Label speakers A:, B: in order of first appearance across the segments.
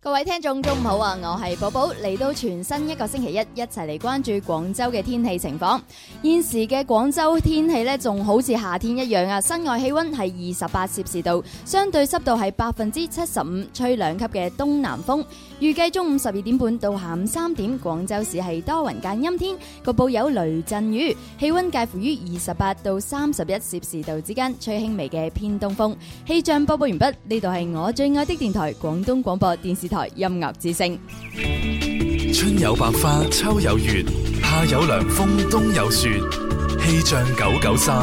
A: 各位聽眾中午好啊，我係寶寶，嚟到全新一個星期一，一齊嚟關注廣州嘅天氣情況。現時嘅廣州天氣呢，仲好似夏天一樣啊，室外氣溫係二十八攝氏度，相對濕度係百分之七十五，吹兩級嘅東南風。預計中午十二點半到下午三點，廣州市係多雲間陰天，局部有雷陣雨，氣溫介乎於二十八到三十一攝氏度之間，吹輕微嘅偏東風。氣象播報完畢，呢度係我最愛的電台廣東廣播電視台音樂之聲。
B: 春有百花，秋有月，夏有涼風，冬有雪。氣象九九三，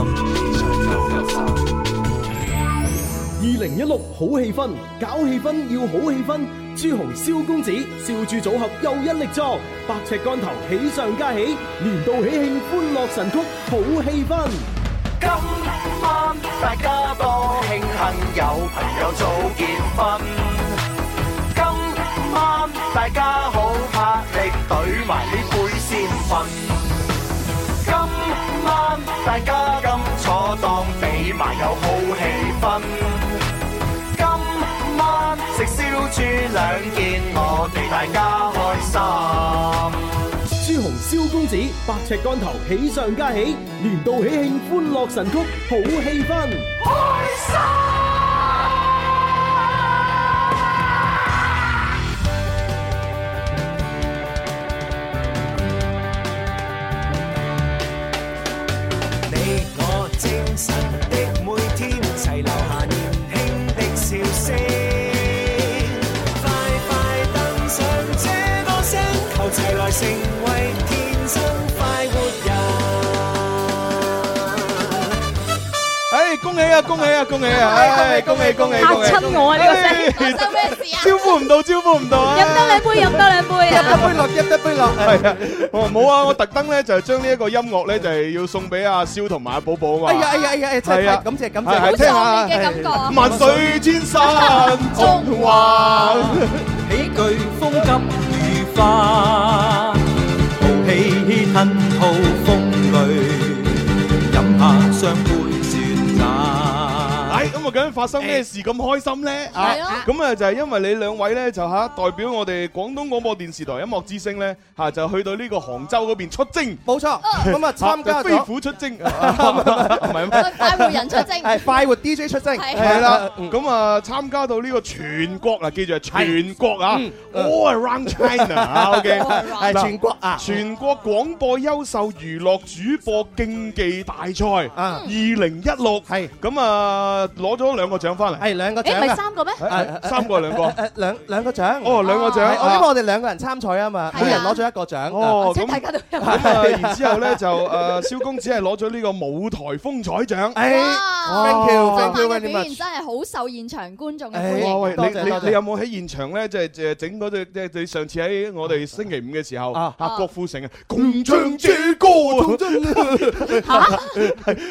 C: 二零一六好氣氛，搞氣氛要好氣氛。朱紅蕭公子、笑住組合又一力作，百尺竿頭喜上加喜，年度喜慶歡樂神曲好氣氛。
D: 今晚大家多慶幸，有朋友早結婚。今晚大家好拍力，懟埋呢杯先瞓。今晚大家咁坐檔，俾埋有好氣氛。今晚食燒豬兩件，我哋大家開心。
C: 朱紅蕭公子、百尺竿頭喜上加喜，年度喜慶歡樂神曲好氣氛。
E: 你我精神的每天，齊留下年輕的笑聲。快快登上這歌聲，求齊來成為天生快活人。
F: 哎，恭喜啊，恭喜啊，恭喜啊！哎，恭喜恭喜！
G: 嚇
F: 恭喜
G: 親我啊呢個聲
F: 哎
A: 發生咩事啊
F: 招呼唔到，招呼唔到啊！
G: 飲多兩杯，飲多兩杯
F: 一得
G: 啊！
F: 杯落，一得杯落。係啊，我話冇啊，我特登咧就係將呢一個音樂咧就係要送俾阿蕭同埋阿寶寶啊嘛。
H: 哎呀哎呀哎呀，真
F: 係啊
H: 係感謝感
F: 係係
H: 謝。
F: 聽
A: 好
F: 下
A: 壯烈嘅感覺啊
F: 係萬水千山縱橫。
D: 喜懼風急雨花，豪氣吞吐風雷，飲下雙杯酸
F: 唉，
D: 奶。
F: 咁啊，究竟發生咩事咁開心咧？啊
A: 係咯，
F: 咁啊，就係因為你兩位咧，就嚇代表我哋廣東廣播電視台音樂之聲咧，嚇就去到呢個杭州嗰邊出征，
H: 冇錯， 咁啊參加
F: 啊飛
H: 咗
F: 虎出征，啊唔係咩？
A: 快活人出征，
H: 係快活 DJ 出征，
A: 係
F: 係啦，咁啊參加到呢個全國啊，記住係全國啊，all around China 啊，OK，
H: 係全國啊，
F: 全國廣播優秀娛樂主播競技大賽
H: 啊
F: 二零一六，
H: 係
F: 咁啊攞咗兩個獎翻嚟，
H: 係兩個
G: 誒，唔
H: 獎
G: 係
H: 啊
G: 三個咩？
F: 係三個兩個
H: 誒，誒兩兩個獎。
F: 哦兩個
H: 係
F: 獎，
H: 我因為
F: 啊
H: 我哋兩個人參賽啊嘛，
A: 係啊
H: 每人攞咗一個獎。
F: 哦
G: 即
F: 咁
G: 係大家都有
F: 咁啊，然之後咧就誒蕭公子係攞咗呢個舞台風採
H: 誒
F: 獎。
A: 哇
H: ，thank you，thank
A: 今
H: you
A: 晚嘅
H: very
A: 表現
H: much。
A: 真係好受現場觀眾嘅歡
H: 哎
F: 哇
A: 迎。
F: 喂，
H: 多謝
F: 你
H: 多謝
F: 你你有冇喺現場咧？即係即係整嗰隻即係你上次喺我哋星期五嘅時候，
H: 啊
F: 啊郭富城啊，共唱這歌，
H: 講真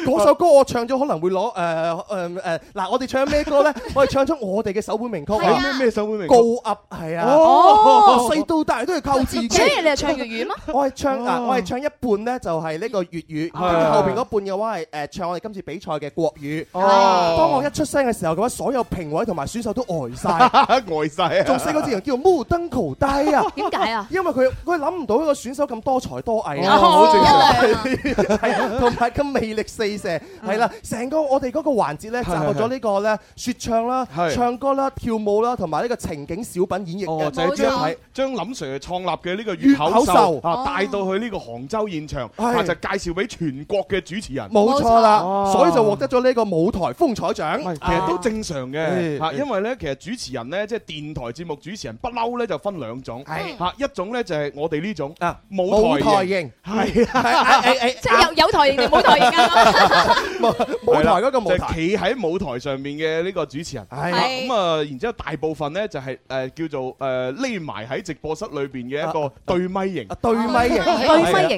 H: 嗰首歌我唱咗可能會攞誒誒誒嗱，我哋唱咩歌咧？我哋唱出我哋嘅首本名曲
A: 係
F: 啊
H: 啊，
A: 啊
F: 咩咩首本名曲？
H: 告噏係啊，
G: 哎哦
H: 細到大都係靠自己。
G: 所以你係唱粵語嗎？
H: 我係唱嗱，
F: 哦
H: 我係唱一半咧就係呢個粵語，
F: 係
H: 跟住後邊嗰半嘅話係誒唱我哋今次比賽嘅國語。
F: 哦，
H: 當我一出聲嘅時候嘅話，所有評委同埋選手都呆晒
F: 呆晒 啊！
H: 仲四個字叫做目瞪口呆啊！
G: 點解啊？
H: 因為佢佢諗唔到一個選手咁多才多藝
F: 哦好正常
H: 啊， 係啊同埋咁魅力四射，係啦，成個我哋嗰個環節咧，集合咗呢個咧説唱啦
F: 係、
H: 唱歌啦、跳舞啦，同埋呢個情景小品演繹嘅
F: 哦，就係
A: 冇
F: 將
A: 錯
F: 將林 Sir 創立嘅呢個粵口
H: 粵口
F: 秀
H: 秀哦
F: 啊，帶到去呢個杭州現場，
H: 係
F: 啊就介紹俾全國嘅主持人。啊
H: 冇錯
F: 冇錯
H: 啦，哦所以就獲得咗呢個舞台風采
F: 唔哦係
H: 獎。
F: 其實 都正常嘅
H: 嗯
F: 嚇，
H: 嗯
F: 因為咧，其實主持人咧，即係電台節目主持人，不嬲咧就分兩種
H: 係
F: 嚇，一種咧就係我哋呢種
H: 啊
F: 舞
H: 舞
F: 台
H: 台
F: 型
H: 型
F: 係啊，
H: 係，誒誒誒
G: 即係有有台型定冇台型啊？
H: 舞台
F: 係啦
H: 嗰個舞
F: 就係
H: 台。
F: 企喺舞台上面嘅呢個主持人。
H: 係
F: 啊咁啊，然之後大部分咧就係誒叫做誒匿埋喺直播室裏邊嘅一個對咪型。
H: 啊對咪
G: 對咪型
H: 型，係啊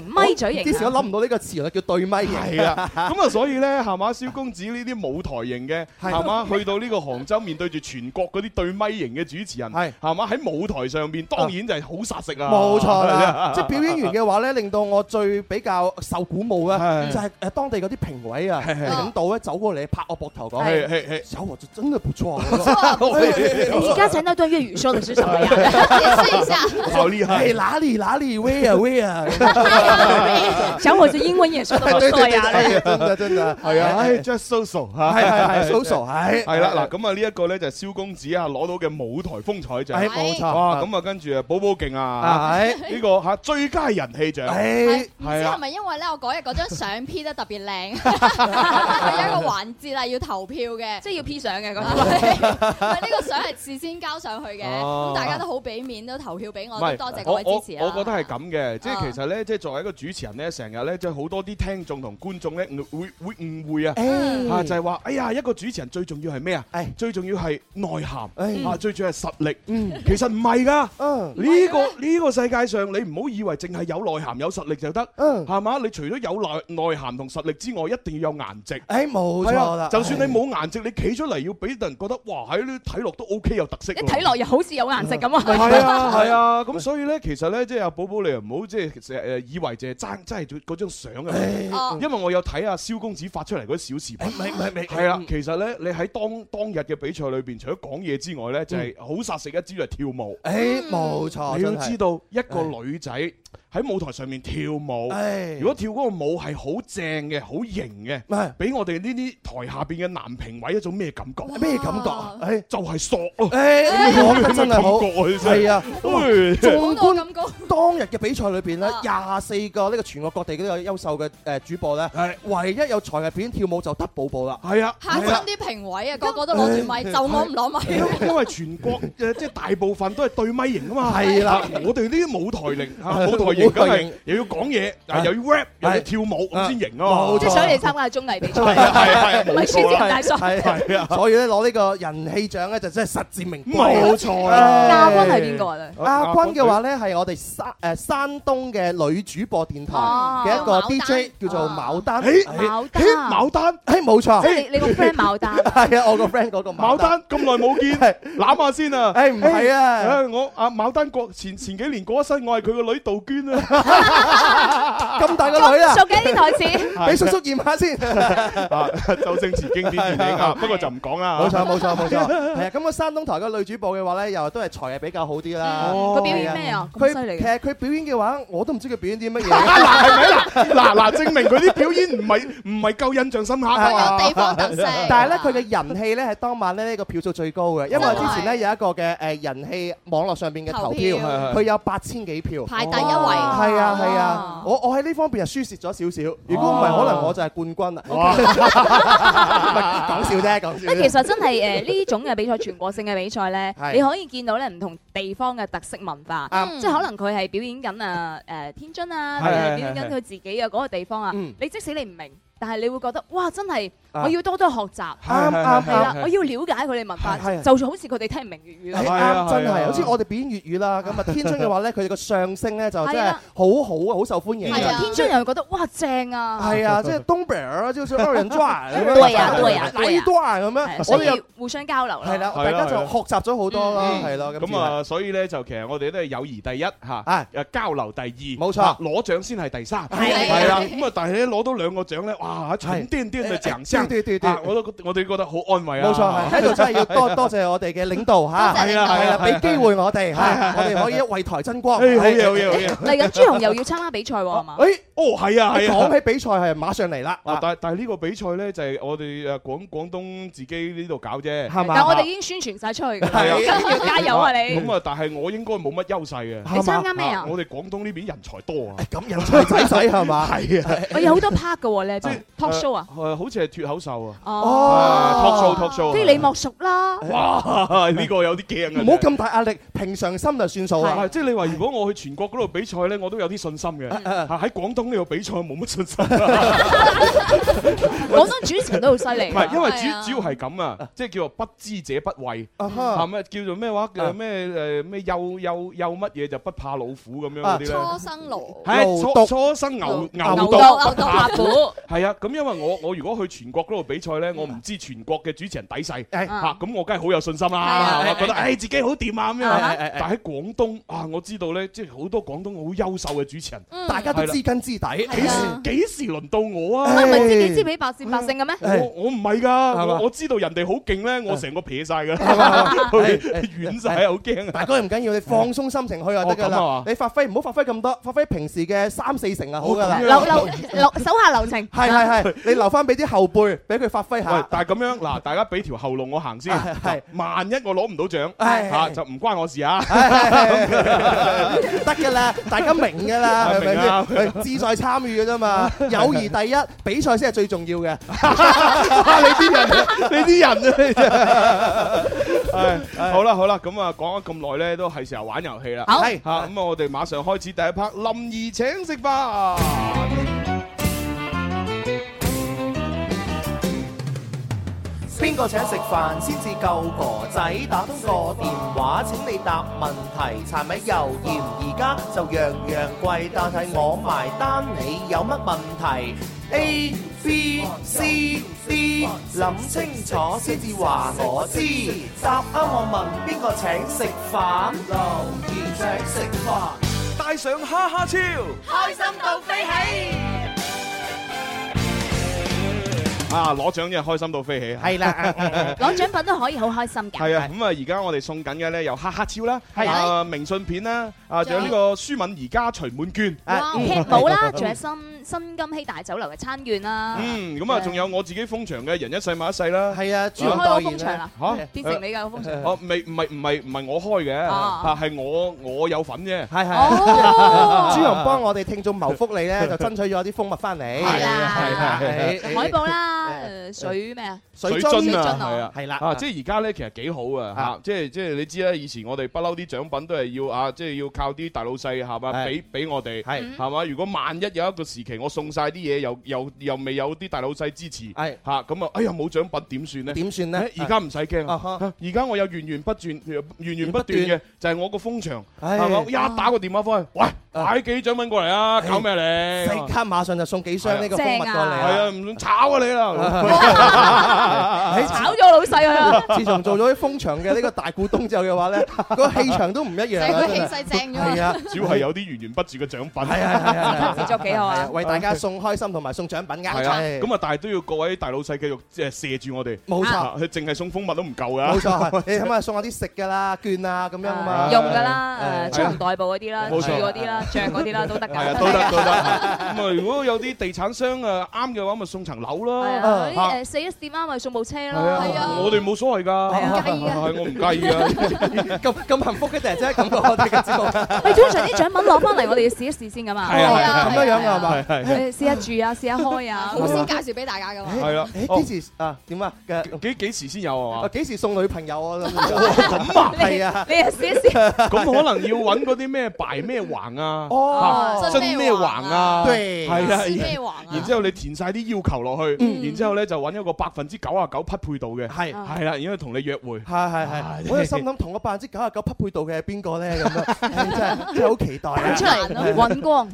G: 咪嘴型
H: 我之前我諗唔到呢個詞啦，叫對咪型。
F: 係啦，咁啊，所以咧，係嘛，蕭公子呢啲舞台型嘅，
H: 係
F: 係嘛，去到呢個杭州，面對住全國嗰啲對咪型嘅主持人，
H: 係啊
F: 係嘛，喺舞台上面當然就係好殺食啊啦，
H: 冇錯 啦，即
F: 係
H: 係
F: 啊
H: 表演完嘅話咧，令到我最比較受鼓舞啊，
F: 係
H: 就係誒當地嗰啲評委啊、
F: 係係
H: 領導咧走過嚟拍我膊頭講：
F: 係係係
H: 小伙子真的不啊錯，
G: 你刚才那段粤语说的是什么呀？
A: 解釋一下。
F: 好厲害
H: 係。哪裡哪裡威啊威 啊！
G: à, 小伙子英文也说的不错呀。
H: 係真係真係
F: 係啊，唉，just so so 嚇，
H: 係係 係，so so 係
F: 係啦，嗱，咁啊呢一個咧就係蕭公子啊攞到嘅舞台風採就
H: 係
F: 係，
H: 冇錯，
F: 哇，咁啊跟住啊寶寶勁啊，
H: 係
F: 呢個嚇最佳人氣獎，
H: 係啊
A: 唔知
F: 啊
A: 係咪因為咧，我嗰日嗰張相 P 得特別靚， 有一個環節係要投票嘅，
G: 即係要 P 相嘅嗰
A: 係
G: 個，
A: 係呢個相係事先交上去嘅，
F: 哦
A: 咁大家都好俾面，都投票俾我，
F: 唔
A: 都
F: 係
A: 多謝各
F: 我
A: 位
F: 我
A: 支持啦。
F: 我覺得係咁嘅，即係
A: 啊
F: 其實咧，即係作為一個主持人咧，成日咧即係好多啲聽眾同觀眾咧會會誤會啊。
H: 哎
F: 啊，就
H: 誒
F: 係話，哎呀，一個主持人最重要係咩啊？
H: 係
F: 最重要係內涵，
H: 哎
F: 啊，最重要係實力。
H: 嗯
F: 其實唔係㗎，
H: 嗯
F: 呢個呢個世界上，你唔好以為淨係有內涵有實力就得，
H: 嗯，
F: 係嘛？你除咗有內內涵同實力之外，一定要有顏值。
H: 誒冇
F: 係
H: 錯
F: 啊
H: 啦，
F: 就算你冇顏值，你企出嚟要俾人覺得，哇！喺呢睇落都 OK 有特色
G: 一
F: 喎。
G: 睇落又好似有顏值咁啊！
F: 係啊係啊，咁所以咧，其實咧，即係阿寶寶你又唔好即係誒以為就係爭真係嗰張相啊，
A: 哦
F: 因為我有睇阿蕭公子發出嚟嗰啲小視頻。
H: 咪咪咪
F: 係啦，其實咧，你喺當當日嘅比賽裏邊，除咗講嘢之外咧，就係好殺食一招就係跳舞。
H: 誒嗯冇錯，
F: 你要
H: 真係
F: 知道，一個女仔喺舞台上面跳舞，
H: 誒
F: 如果跳嗰個舞係好正嘅、好型嘅，
H: 係
F: 俾我哋呢啲台下邊嘅男評委一種咩感覺？
H: 咩感覺啊？誒
F: 就係索 咯，
H: 誒
F: 哎
H: 講得真係好，
F: 係
H: 係啊。
F: 啊，
H: 縱
A: 講到
H: 觀
A: 咁高，
H: 當日嘅比賽裏邊咧，
A: 啊
H: 廿四個呢個全國各地都有優秀嘅誒主播咧，
F: 係
H: 唯一有才藝表演跳舞就得寶寶啦。
F: 係啊。
A: 嚇親啲評委
G: à,
A: 啊，個個都攞住咪，就我唔攞咪。
F: 因因為全國誒即係大部分都係對咪型啊嘛，
H: 係啦
F: 啊我哋呢啲舞台 型啊，舞台型梗
H: 舞台
F: 係
H: 型
F: 又要講嘢，啊
H: 係
F: 又要 rap，又要
H: 係
F: 跳舞咁先型啊
H: 冇
F: 嘛，
G: 即係想嚟參加綜藝比賽，
F: 係啊係啊係啊
G: 唔係輸
F: 冇錯
G: 正
F: 啦，
G: 大傻。
F: 係啊
H: 所以咧攞呢個人氣獎咧就真係實至名歸。
F: 冇錯啦。
G: 亞軍係邊個啊？
H: 亞軍嘅話咧係我哋山誒山東嘅女主播電台嘅一個
A: 哦
H: DJ 叫做牡丹。
F: 誒
H: 誒
G: 牡丹
F: 嘿，
H: 誒
F: 牡丹，
H: 冇
G: 即
H: 錯，
G: 係你你個 friend 牡丹，
H: 係啊，我個 friend 嗰個
F: 牡
H: 牡丹。
F: 丹咁耐冇見，攬下先啊！
H: 誒唔係啊，
F: 誒我阿牡丹過前前幾年過咗身，我係佢個女杜娟啊！
H: 咁大個女啊
G: 熟，嘅啲台詞。
H: 俾叔叔驗下先。
F: 啊周星馳經典電影啊，不過就唔講啦。
H: 冇錯冇錯冇錯， 係啊！咁個山東台嘅女主播嘅話咧，又都係才藝比較好啲啦。
G: 佢表演咩啊？咁
H: 佢
G: 犀利
H: 其
G: 嘅。
H: 實佢表演嘅話，我都唔知佢表演啲乜
F: 啊
H: 嘢。
F: 嗱 係咪啦？嗱嗱，證明佢啲表演唔係唔係夠印象深刻
A: 佢
F: 啊嘛！
A: 有地方特色。
H: 但係咧，佢嘅人氣咧係當晚咧呢個票數最高嘅，因為之前咧有一個嘅誒人氣網絡上邊嘅投票
A: 投票
F: 係係，
H: 佢有八千幾票。
A: 排第一
G: 哦
A: 位。哦
H: 係啊係啊，我我喺呢方面係輸蝕咗少少，如果唔係，
F: 哦
H: 可能我就係冠 軍啦。唔
F: 哇
H: 係講笑啫， 講笑
G: 但其
H: 啫。
G: 實真係誒呢種嘅比賽，全國性嘅比賽咧
H: 係，嗯
G: 你可以見到咧唔同地方嘅特色文化，
H: 啱
G: 即係可能佢係表演緊啊誒天津啊，
F: 係
G: 定
F: 係
G: 係表演緊佢自己嘅嗰個地方啊
H: 嗯。
G: 你即使你唔明，但係你會覺得哇，真係
H: 啊
G: 我要多多學習。
H: 啱啱
G: 係啦
H: 啱。，
G: 我要了解佢哋文化，
H: 係係
G: 就算好似佢哋聽唔明粵語
H: 係
G: 咁。
F: 係啊
H: 啱，真
F: 係
H: 係，
F: 啊
H: 好似我哋表演粵語啦，咁啊天津嘅話咧，佢哋個上聲咧就真係
G: 係
H: 好
G: 啊
H: 好啊，好受歡迎
A: 係
H: 啊
A: 啊。
G: 天津人會覺得哇正啊，
H: 係啊，即係東北人，即係二人轉咁樣，
G: 對 啊對啊
H: 來一段咁
G: 係
H: 樣，
G: 所
H: 我哋
G: 以
H: 又
G: 互相交流啦。
H: 係啦，
F: 係
H: 大
F: 啦
H: 家就學習咗好多啦，
F: 嗯
H: 係咯，
F: 咁啊，所以咧就其實我哋都係友誼第一嚇
H: 啊，
F: 誒交流第二，
H: 冇錯
F: 啊攞獎先係第三，
H: 係
A: 啊
F: 係啦。咁啊，但係咧攞到兩個獎咧，哇，蠢癲癲嘅獎
H: 對
F: 項，
H: 對對對
F: 啊我都覺我哋覺得好安慰啊。
H: 冇 錯，係喺度真係要多多謝我哋嘅領導嚇，
A: 多謝領導
H: 係啦，
F: 係啊
H: 俾機會我哋嚇，我哋可以為台爭光。
F: 誒好嘢好嘢好嘢。
G: 嚟緊朱紅又要參加比賽喎，係嘛？
H: 誒，
F: 哦，係啊係啊
H: 講。起比賽係馬上嚟啦，
F: 啊！
H: 啊
F: 但但係呢個比賽咧，就係我哋誒廣廣東自己呢度搞啫。
H: 係
G: 但
H: 嘛？
G: 我 哋已經宣傳晒出去㗎啦，
F: 係啊
G: 要 加油啊你！
F: 咁啊，但係我應該冇乜優勢嘅。
G: 你參加咩
F: 啊
G: 啊？
F: 我哋廣東呢邊人才多啊。
H: 咁人才仔仔係嘛？係啊，
G: 我有好多 part 㗎喎，你係
F: 即係
G: talk show 啊？
F: 誒好似係脱口秀啊。
G: 哦
F: 啊，talk show，talk show 啊。
G: 即係你莫屬啦。
F: 哇！呢個有啲驚啊！
H: 唔好咁大壓力，平常心就算數啊
F: 真係。
H: 啦
F: 係。即係你話，如果我去全國嗰度比賽咧，我都有啲信心嘅。
H: 啊
F: 嚇喺廣東呢度比賽冇乜信心。
G: 廣東主持人都好犀利
F: 唔
G: 㗎。
F: 係，因為
C: 係啊
F: 主主要係咁啊，即係叫做不知者不畏。
H: 啊
F: 啊
H: 哈
F: 咩叫做咩話？誒咩誒咩幼幼幼乜嘢就不怕老虎咁樣嗰啲咧？
C: 初生奴，
F: 係
H: 啊牛
F: 初
H: 犢
F: 初生牛牛
G: 牛
F: 犢
G: 牛
F: 不
G: 到下
F: 怕
G: 虎。
F: 係啊，咁因為我我如果去全國嗰度比賽咧，我唔知全國嘅主持人底細。
H: 係
F: 嚇，咁我梗係好有信心
C: 係
F: 啦，
C: 啊
F: 係嘛覺得誒自己好掂啊咁
G: 啊
H: 哈
F: 樣。但喺廣東啊，我知道咧，即係好多廣東好優秀嘅主持人，
G: 嗯
H: 大家都知根知底。
F: 幾時幾時輪到我
G: 唔啊係
F: 啊？
G: 唔係知己知彼，百戰百勝嘅咩？
H: 係
F: 我我唔係
H: 係
F: 㗎，
H: 嘛
F: 我我知道人哋好勁咧，我成個撇晒㗎，
H: 係
F: 軟晒，好驚啊！
H: 大哥唔緊要，你放鬆心情去就得㗎
F: 哦咁啊
H: 啦。你發揮唔好發揮咁多，發揮平時嘅三四成就好㗎啦。
G: 留留留手下留情。
H: 係 係係，你留翻俾啲後輩，俾佢發揮
F: 喂
H: 下，。
F: 但係咁樣嗱，大家俾條後路我行先
H: 係係，
F: 萬一我攞唔到獎
H: 係
F: 嚇，就唔關我事啊！
H: 得㗎啦，大家明㗎啦，係
F: 明啊
H: 咪先？志在參與嘅啫 嘛，友誼第一，比賽先係最重要 嘅。啊你啲人，你啲人啊！
F: 唉好啦好啦，咁啊講咗咁耐咧，都係時候玩遊戲啦。
G: 好
F: 嚇咁啊，我哋馬上開始第一 part，林兒請食飯。
D: 邊個請食飯先至夠哥仔？打通個電話請你答問題，柴米油鹽而家就樣樣貴，但係我埋單，你有乜問題？A B C D，諗清楚先至話我知。答啱我問邊個請食飯？留言請食飯。
F: 帶上哈哈超，
C: 開心到飛起。
F: 啊攞獎真係開心到飛起。
H: 係啦，
G: 攞獎品都可以好開心㗎。
F: 係啊，咁啊，而家我哋送緊嘅咧有哈哈超啦，
H: 係
F: 啊明信片啦，啊仲有呢個舒敏而家除滿券，
G: 哇劇舞 啦，仲有新新金禧大酒樓嘅餐券啦。
F: 嗯，咁啊仲有我自己封場嘅人一世物一世啦，
H: 係啊，朱
G: 你
H: 紅
G: 開
H: 代
G: 個風場
H: 言啊
G: 啦，
F: 嚇
G: 變成你嘅個風場。
F: 哦，未唔係唔係唔係我開嘅，
G: 哦
F: 啊係我我有份啫。
H: 係係。 朱
G: 哦，
H: 紅幫我哋聽眾謀福利咧，就爭取咗啲蜂蜜翻嚟。
G: 係
F: 啊
G: 啦，
H: 係
G: 海報啦，誒水咩啊？
H: 水
G: 水
H: 樽
G: 樽
H: 啊，
F: 啊，
G: 啊
F: 係啊，
H: 係啦
F: 啊即係而家咧其實幾好啊，嚇
H: 啊，
F: 即係即係你知啦，以前我哋不嬲啲獎品都係要啊，即係要靠啲大老細係嘛，
H: 係
F: 俾俾我哋
H: 係
G: 嗯
F: 係嘛，如果萬一有一個時期我送晒啲嘢，又又又未有啲大老細支持，
H: 係
F: 嚇咁啊，哎呀冇獎品點算呢？
H: 點算咧
F: 誒？而家唔使驚
H: 啊哈
F: 啊，而家我有源源不斷、呃源源不斷
H: 源
F: 嘅，就係我個封場，
H: 唉啊
F: 係嘛？一打個電話翻去，喂，擺幾獎品過嚟啊，搞咩你？
H: 即刻馬上就送幾箱呢個蜂蜜過嚟
F: 係
H: 啊
F: 啊，唔想炒啊你 啦！
G: 炒咗老細佢啊！
H: 自從做咗啲封場嘅呢個大股東之後嘅話 咧，個氣場都唔一樣
C: 成
H: 啦
C: 個
H: 真
C: 氣
H: 係
C: 勢正
H: 係
C: 咗。
H: 啊，
F: 主要係有啲源源不絕嘅獎品。
H: 係啊 係 啊係啊，
G: 自作幾好
H: 係
G: 啊
H: 啊！為大家送開心同埋送獎品啱
F: 係啊，
H: 晒。
F: 咁啊，但係都要各位大老細繼續即係射住我哋，
H: 冇錯
F: 啊佢淨係送蜂蜜都唔夠
H: 冇
F: 㗎。
H: 錯，係你咁啊送下啲食㗎啦、券啊咁樣啊嘛，
G: 用㗎啦，誒
H: 係
G: 出行代步嗰啲啦，住
F: 冇錯
G: 嗰 啲啦，着嗰啲啦都得㗎。
F: 係啊，都得都得。咁啊，如果有啲地產商啊啱嘅話，咪送層樓
G: 係
F: 咯。
G: 啊，嗰
F: 啊
G: 啲誒四一店啱咪送部車咯。
C: 係啊
F: 我哋冇所謂㗎，
C: 啊唔介意㗎
F: 係我唔 介意㗎。
H: 咁咁幸福嘅突然之間感覺我哋嘅節目係
G: 喂，通常啲獎品攞翻嚟，我哋要試一試先㗎嘛。
F: 係啊係啊
H: 咁樣樣㗎係嘛？
F: 係
G: 誒
F: 係
G: 試下住啊，試下開啊。
C: 好先介紹俾大家噶嘛。
F: 係啦。
H: 誒
F: 哦
H: 幾時啊點啊嘅？
F: 幾幾時先有啊
H: 啊？幾時送女朋友啊？
F: 咁啊，
H: 係啊，
G: 你又試一試。
F: 咁可能要揾嗰啲咩敗咩橫啊，
H: 哦，
C: 真
F: 真咩橫啊，
H: 對
F: 係啊，
C: 是咩
F: 然
C: 王
F: 然
C: 啊？
F: 之後你填晒啲要求落去，然之後咧就揾一個百分之九啊九匹配到嘅，
H: 係
F: 係啦，然後同你約會。
H: 係係係，我就心諗同我百分之九十九匹配到嘅係邊個咧？咁樣真係真係好期待啊！
G: 出嚟揾光，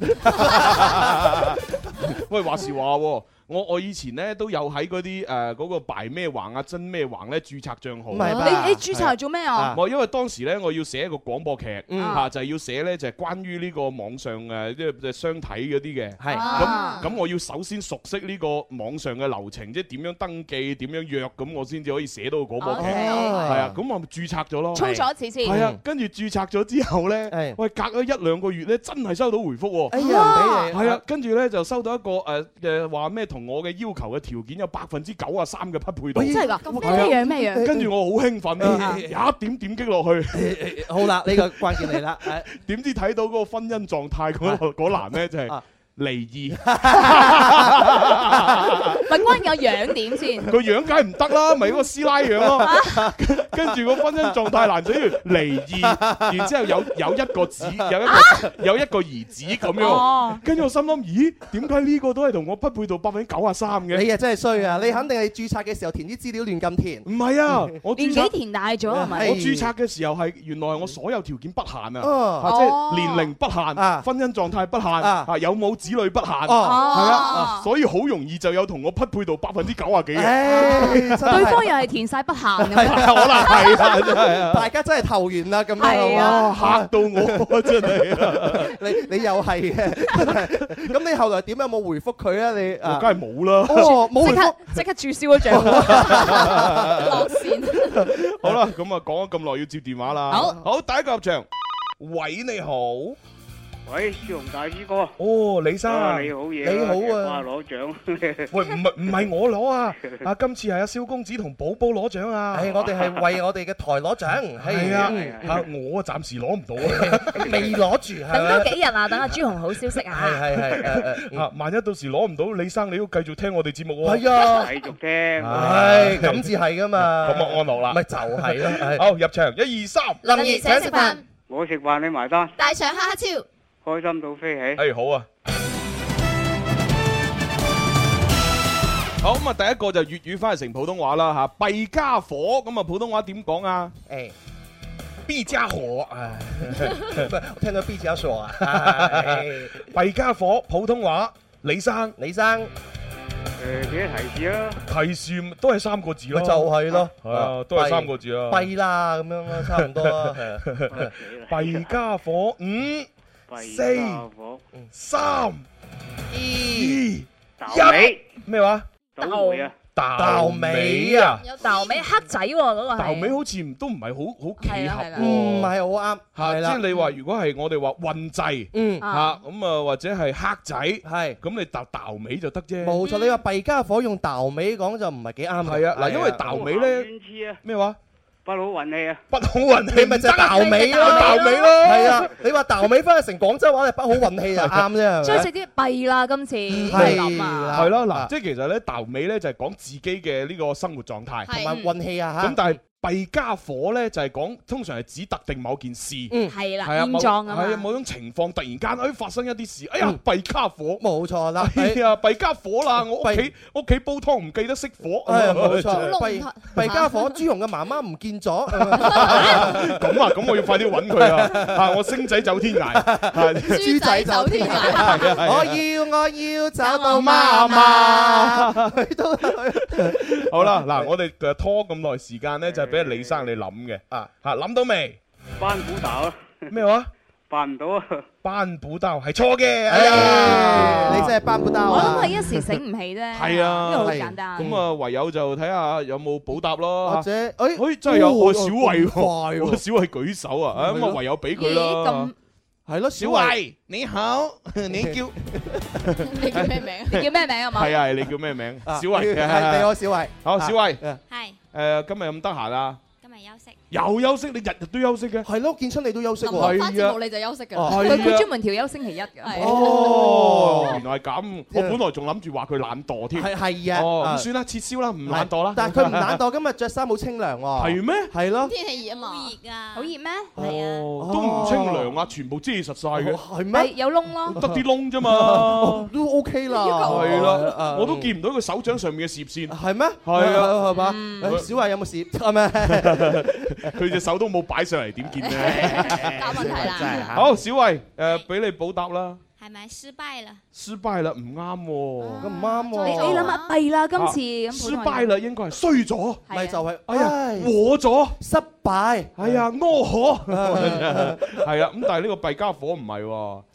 F: 喂，話時話喎，我我以前咧都有喺嗰啲誒嗰個敗咩橫啊、真咩橫咧註冊帳號。
H: 唔係吧
G: 你你註
F: à.
G: 冊嚟做咩啊？
F: 我因為當時咧，我要寫一個廣播劇，
H: 嗯
F: 嚇就係要寫咧就係關於呢個網上誒即係相睇嗰啲嘅。
H: 係
G: 啊
F: 咁咁我要首先熟悉呢個網上嘅流程，即係點樣登記、點樣約，咁我先至可以寫到個廣播劇。
G: OK
F: 係啊，咁我咪註冊咗咯。
G: 充咗一次先。
F: 係啊，跟住註冊咗之後咧
H: 嗯係，
F: 喂，隔咗一兩個月咧，真係收到回覆喎。
H: 哎呀，唔俾你
F: 係啊，，跟住咧就收到一個誒誒話咩同我嘅要求嘅條件有百分之九啊三嘅匹配度，
H: 哎
G: 真係㗎，咩樣咩樣？
F: 跟住我好興奮啊，一點點擊落去，
H: 哎 好啦，呢個關鍵嚟啦，誒哎
F: 點知睇到嗰個婚姻狀態嗰嗰欄咧就係
H: 啊。
F: 離異。
A: 尹君有樣點先？
F: 個樣梗係唔得啦，咪一個師奶 樣咯。跟住個婚姻狀態難死於離異， 然之後有有一個子，有一個有一個兒子咁樣
I: 哦。
F: 跟住我心諗，咦？點解呢個都係同我匹配到百分之九啊三嘅？
H: 你啊真係衰啊！你肯定係註冊嘅時候填啲資料亂咁填。
F: 唔係啊，我
A: 年
F: 註
A: 紀
F: 冊。
A: 填大啊咗係咪？
F: 我註冊嘅時候係原來我所有條件不限啊，
H: 哦
F: 啊即係
A: 哦
F: 年齡不限，
H: 啊
F: 婚姻狀態不限，
H: 啊
F: 啊有冇子女不限，係
H: 哦，
F: 啦，啊
A: 哦，
F: 所以好容易就有同我匹配到百分之九啊幾嘅，
H: 唉，真係
A: 對方又係填晒不限咁。
F: 可能 係啊，真係啊。
H: 大家真係投緣啦，咁樣
A: 係
H: 啊！
F: 哇！嚇到 我真係啊，
H: 你你又係嘅，咁你後來點有冇回覆佢啊？你
F: 我
H: 啊
F: 梗，係冇啦。
H: 哦冇
I: 即
H: 回覆
I: 刻，即刻注銷咗賬戶。
A: 落線，
F: 好啦，咁啊講咗咁耐，要接電話啦。
A: 好
F: 好，第一個入場，喂，你好，
J: 喂，朱紅大師哥，
F: 哦，李生，
J: 啊你
F: 喂，
J: 好嘢啊，
H: 你好啊
J: 哇攞獎，
F: 唔係唔係我攞啊，啊，今次係阿蕭公子同寶寶攞獎啊。
H: 唉，我哋係為我哋嘅台攞獎，
F: 係
H: 係
F: 啊
H: 嗯，
F: 啊，我暫時攞唔 到啊。
H: 未攞住係
G: 等多
H: 咪？
G: 幾日啊，等阿朱紅好消息
H: 係
F: à.
G: 啊！
H: 係 係誒誒
F: 啊，萬一到時攞唔到，李生你都繼續聽我哋節目喎。
H: 係啊，
J: 繼續聽，
H: 唉，咁至係噶嘛，
F: 咁啊安樂啦
H: 咪就係啦，係
F: 好，入場，一二三，
G: 林怡請食飯，
J: 我食飯你埋單，
A: 大腸蝦超。
J: 開心到飛起。
F: 誒好啊。好咁啊，第一個就粵語翻譯成普通話啦嚇，弊家伙咁啊，普通話點講啊？
H: 誒。B 加火， 唉，我聽啊到 B 加鎖啊！ 唉
F: 弊家伙普通話，李生
H: 李生
J: 誒，俾啲提示啦，
F: 提示都係三個
H: 咪
F: 字咯，
H: 就係咯，
F: 係啊，都係三個字啊。
H: 弊啦咁樣啦，差唔多 啦，係啊
F: 弊家伙五
J: 弊
F: 四
J: 家伙，
F: 三二咩
J: 豆尾，
F: 話？
J: 倒霉啊，
F: 豆尾啊！
G: 豆尾黑仔喎，嗰個
F: 豆
G: 係
F: 尾好似唔都唔係好好契
G: 係啦
F: 合
G: 係啦
F: 喎
H: 唔嗯係好啱，
F: 嚇
H: 係
F: 即
H: 啦，
F: 係你話如果係我哋話運滯
H: 嗯，
F: 嚇咁啊，或者係黑仔。
H: 係。
F: 咁你搭豆尾就得啫。
H: 冇錯，你話弊家伙用豆尾講就唔係幾啱嘅。
F: 係啊，嗱，因為豆尾咧
J: 冤痴啊，
F: 咩話
J: 不好運氣啊，
F: 不好運
H: 你
F: 氣
H: 咪
F: 咪
H: 就
F: 得
H: 係豆尾咯，
F: 豆尾咯
H: 係啊，你話豆尾翻去成廣州話，你不好運氣 就啱啫。
G: 所以食啲弊啦，今次
H: 係
G: 諗啊，
F: 係咯，
H: 啊
F: 嗱，即係其實咧豆尾咧就係講自己嘅呢個生活狀態。
H: 同埋運氣啊
F: 咁
H: 嚇。
F: 但係弊家伙咧就係講通常係指特定某件事。
H: 嗯
G: 係啦，
F: 係啊，
G: 現
F: 某
G: 狀
F: 係啊，
G: 啊嘛，
F: 某種情況突然間哎發生一啲事，哎呀
H: 嗯
F: 弊家伙，
H: 冇錯啦，
F: 哎
H: 係
F: 呀弊家伙啦，我屋企
H: 弊
F: 屋企煲湯唔記得熄火，
H: 係 冇
F: 咁啊
H: 錯，
A: 好
H: 弊
A: 籠統
H: 弊家伙朱紅嘅媽媽唔見咗，
F: 啊咁我要快啲揾佢 啊！啊我星仔走天涯，啊
H: 豬仔走天 涯。哦
F: 係啊係啊
H: 我要我要找到媽媽，去到
F: 好啦，嗱，我哋誒拖咁耐時間咧，就係俾李生你諗嘅啊嚇，諗到未？
J: 班古豆啊，
F: 咩話？
J: 辦唔到啊，
F: 班古豆係錯嘅，哎呀，
H: 哎你真係班不得
G: 我諗
H: 啊
G: 佢！一時醒唔起啫，
F: 係啊
G: 呢個好簡單，
F: 咁啊，唯有就睇下有冇補答
H: 或
F: 咯。
H: 者誒，
F: 哎，真係有
H: 哦
F: 我小慧
H: 咁快
F: 喎，
H: 喎
F: 我 小慧舉手啊，啊咁
H: 係
F: 啊
H: 咯
F: 唯有俾佢
A: 咦
F: 啦
A: 咁。，
H: 係咯，小
F: 小
H: 慧。
F: 慧你好，你叫
A: 你叫咩名？
G: 你叫咩名啊嘛？
F: 係啊，係你叫咩名？
H: 啊
F: 小慧
H: 係你好，小慧。
F: 好，小慧
H: 啊
G: 係
F: 誒，今日有咁得閒啊？
G: 今日休息，
F: 又休息，你日日都休息嘅。
H: 係咯，見親你都休息
A: 林
H: 喎。
A: 林翻節目你就休息㗎啦。
H: 哦
G: 佢佢專
F: 係啊。
G: 門調休星期一㗎，
A: 係
F: 哦，
H: 哦
F: 原，來係咁。我本來仲諗住話佢懶惰添。
H: 係係啊。
F: 哦，
H: 啊
F: 咁算啦，撤銷啦，唔懶惰啦。
H: 但係佢唔懶惰，今日着衫好清涼喎。
F: 係咩？
H: 係咯。
A: 天氣熱啊嘛，
G: 好熱咩？
F: 哦，都唔清涼啊，全部遮實晒嘅，
H: 係
G: 係
H: 咩？
G: 有窿咯，
F: 得啲窿啫嘛。
H: 都 OK 啦。
F: 係啦
H: 啊，
F: 我都。見唔到佢手掌上面嘅攝線，
H: 係咩？
F: 係啊
H: 係嘛？誒小慧有冇事？係咪？
F: 佢隻手都冇擺上嚟，點見呢？
A: 答問題啦。
F: 好，小慧，誒，俾你補答啦。
G: 係咪失敗啦？
F: 失敗啦，唔啱喎。啊
H: 咁唔啱
A: 再
G: 你
A: 做
H: 喎。
G: 諗下弊啦，今次咁
F: 失敗啦，應該係衰咗，
G: 啊係啊
H: 咪就係。
F: 哎呀，
H: 唉
F: 和咗，
H: 失敗。
F: 哎呀，屙可，
H: Ờ.
F: 係啊啦。咁但係呢個弊家伙唔係喎。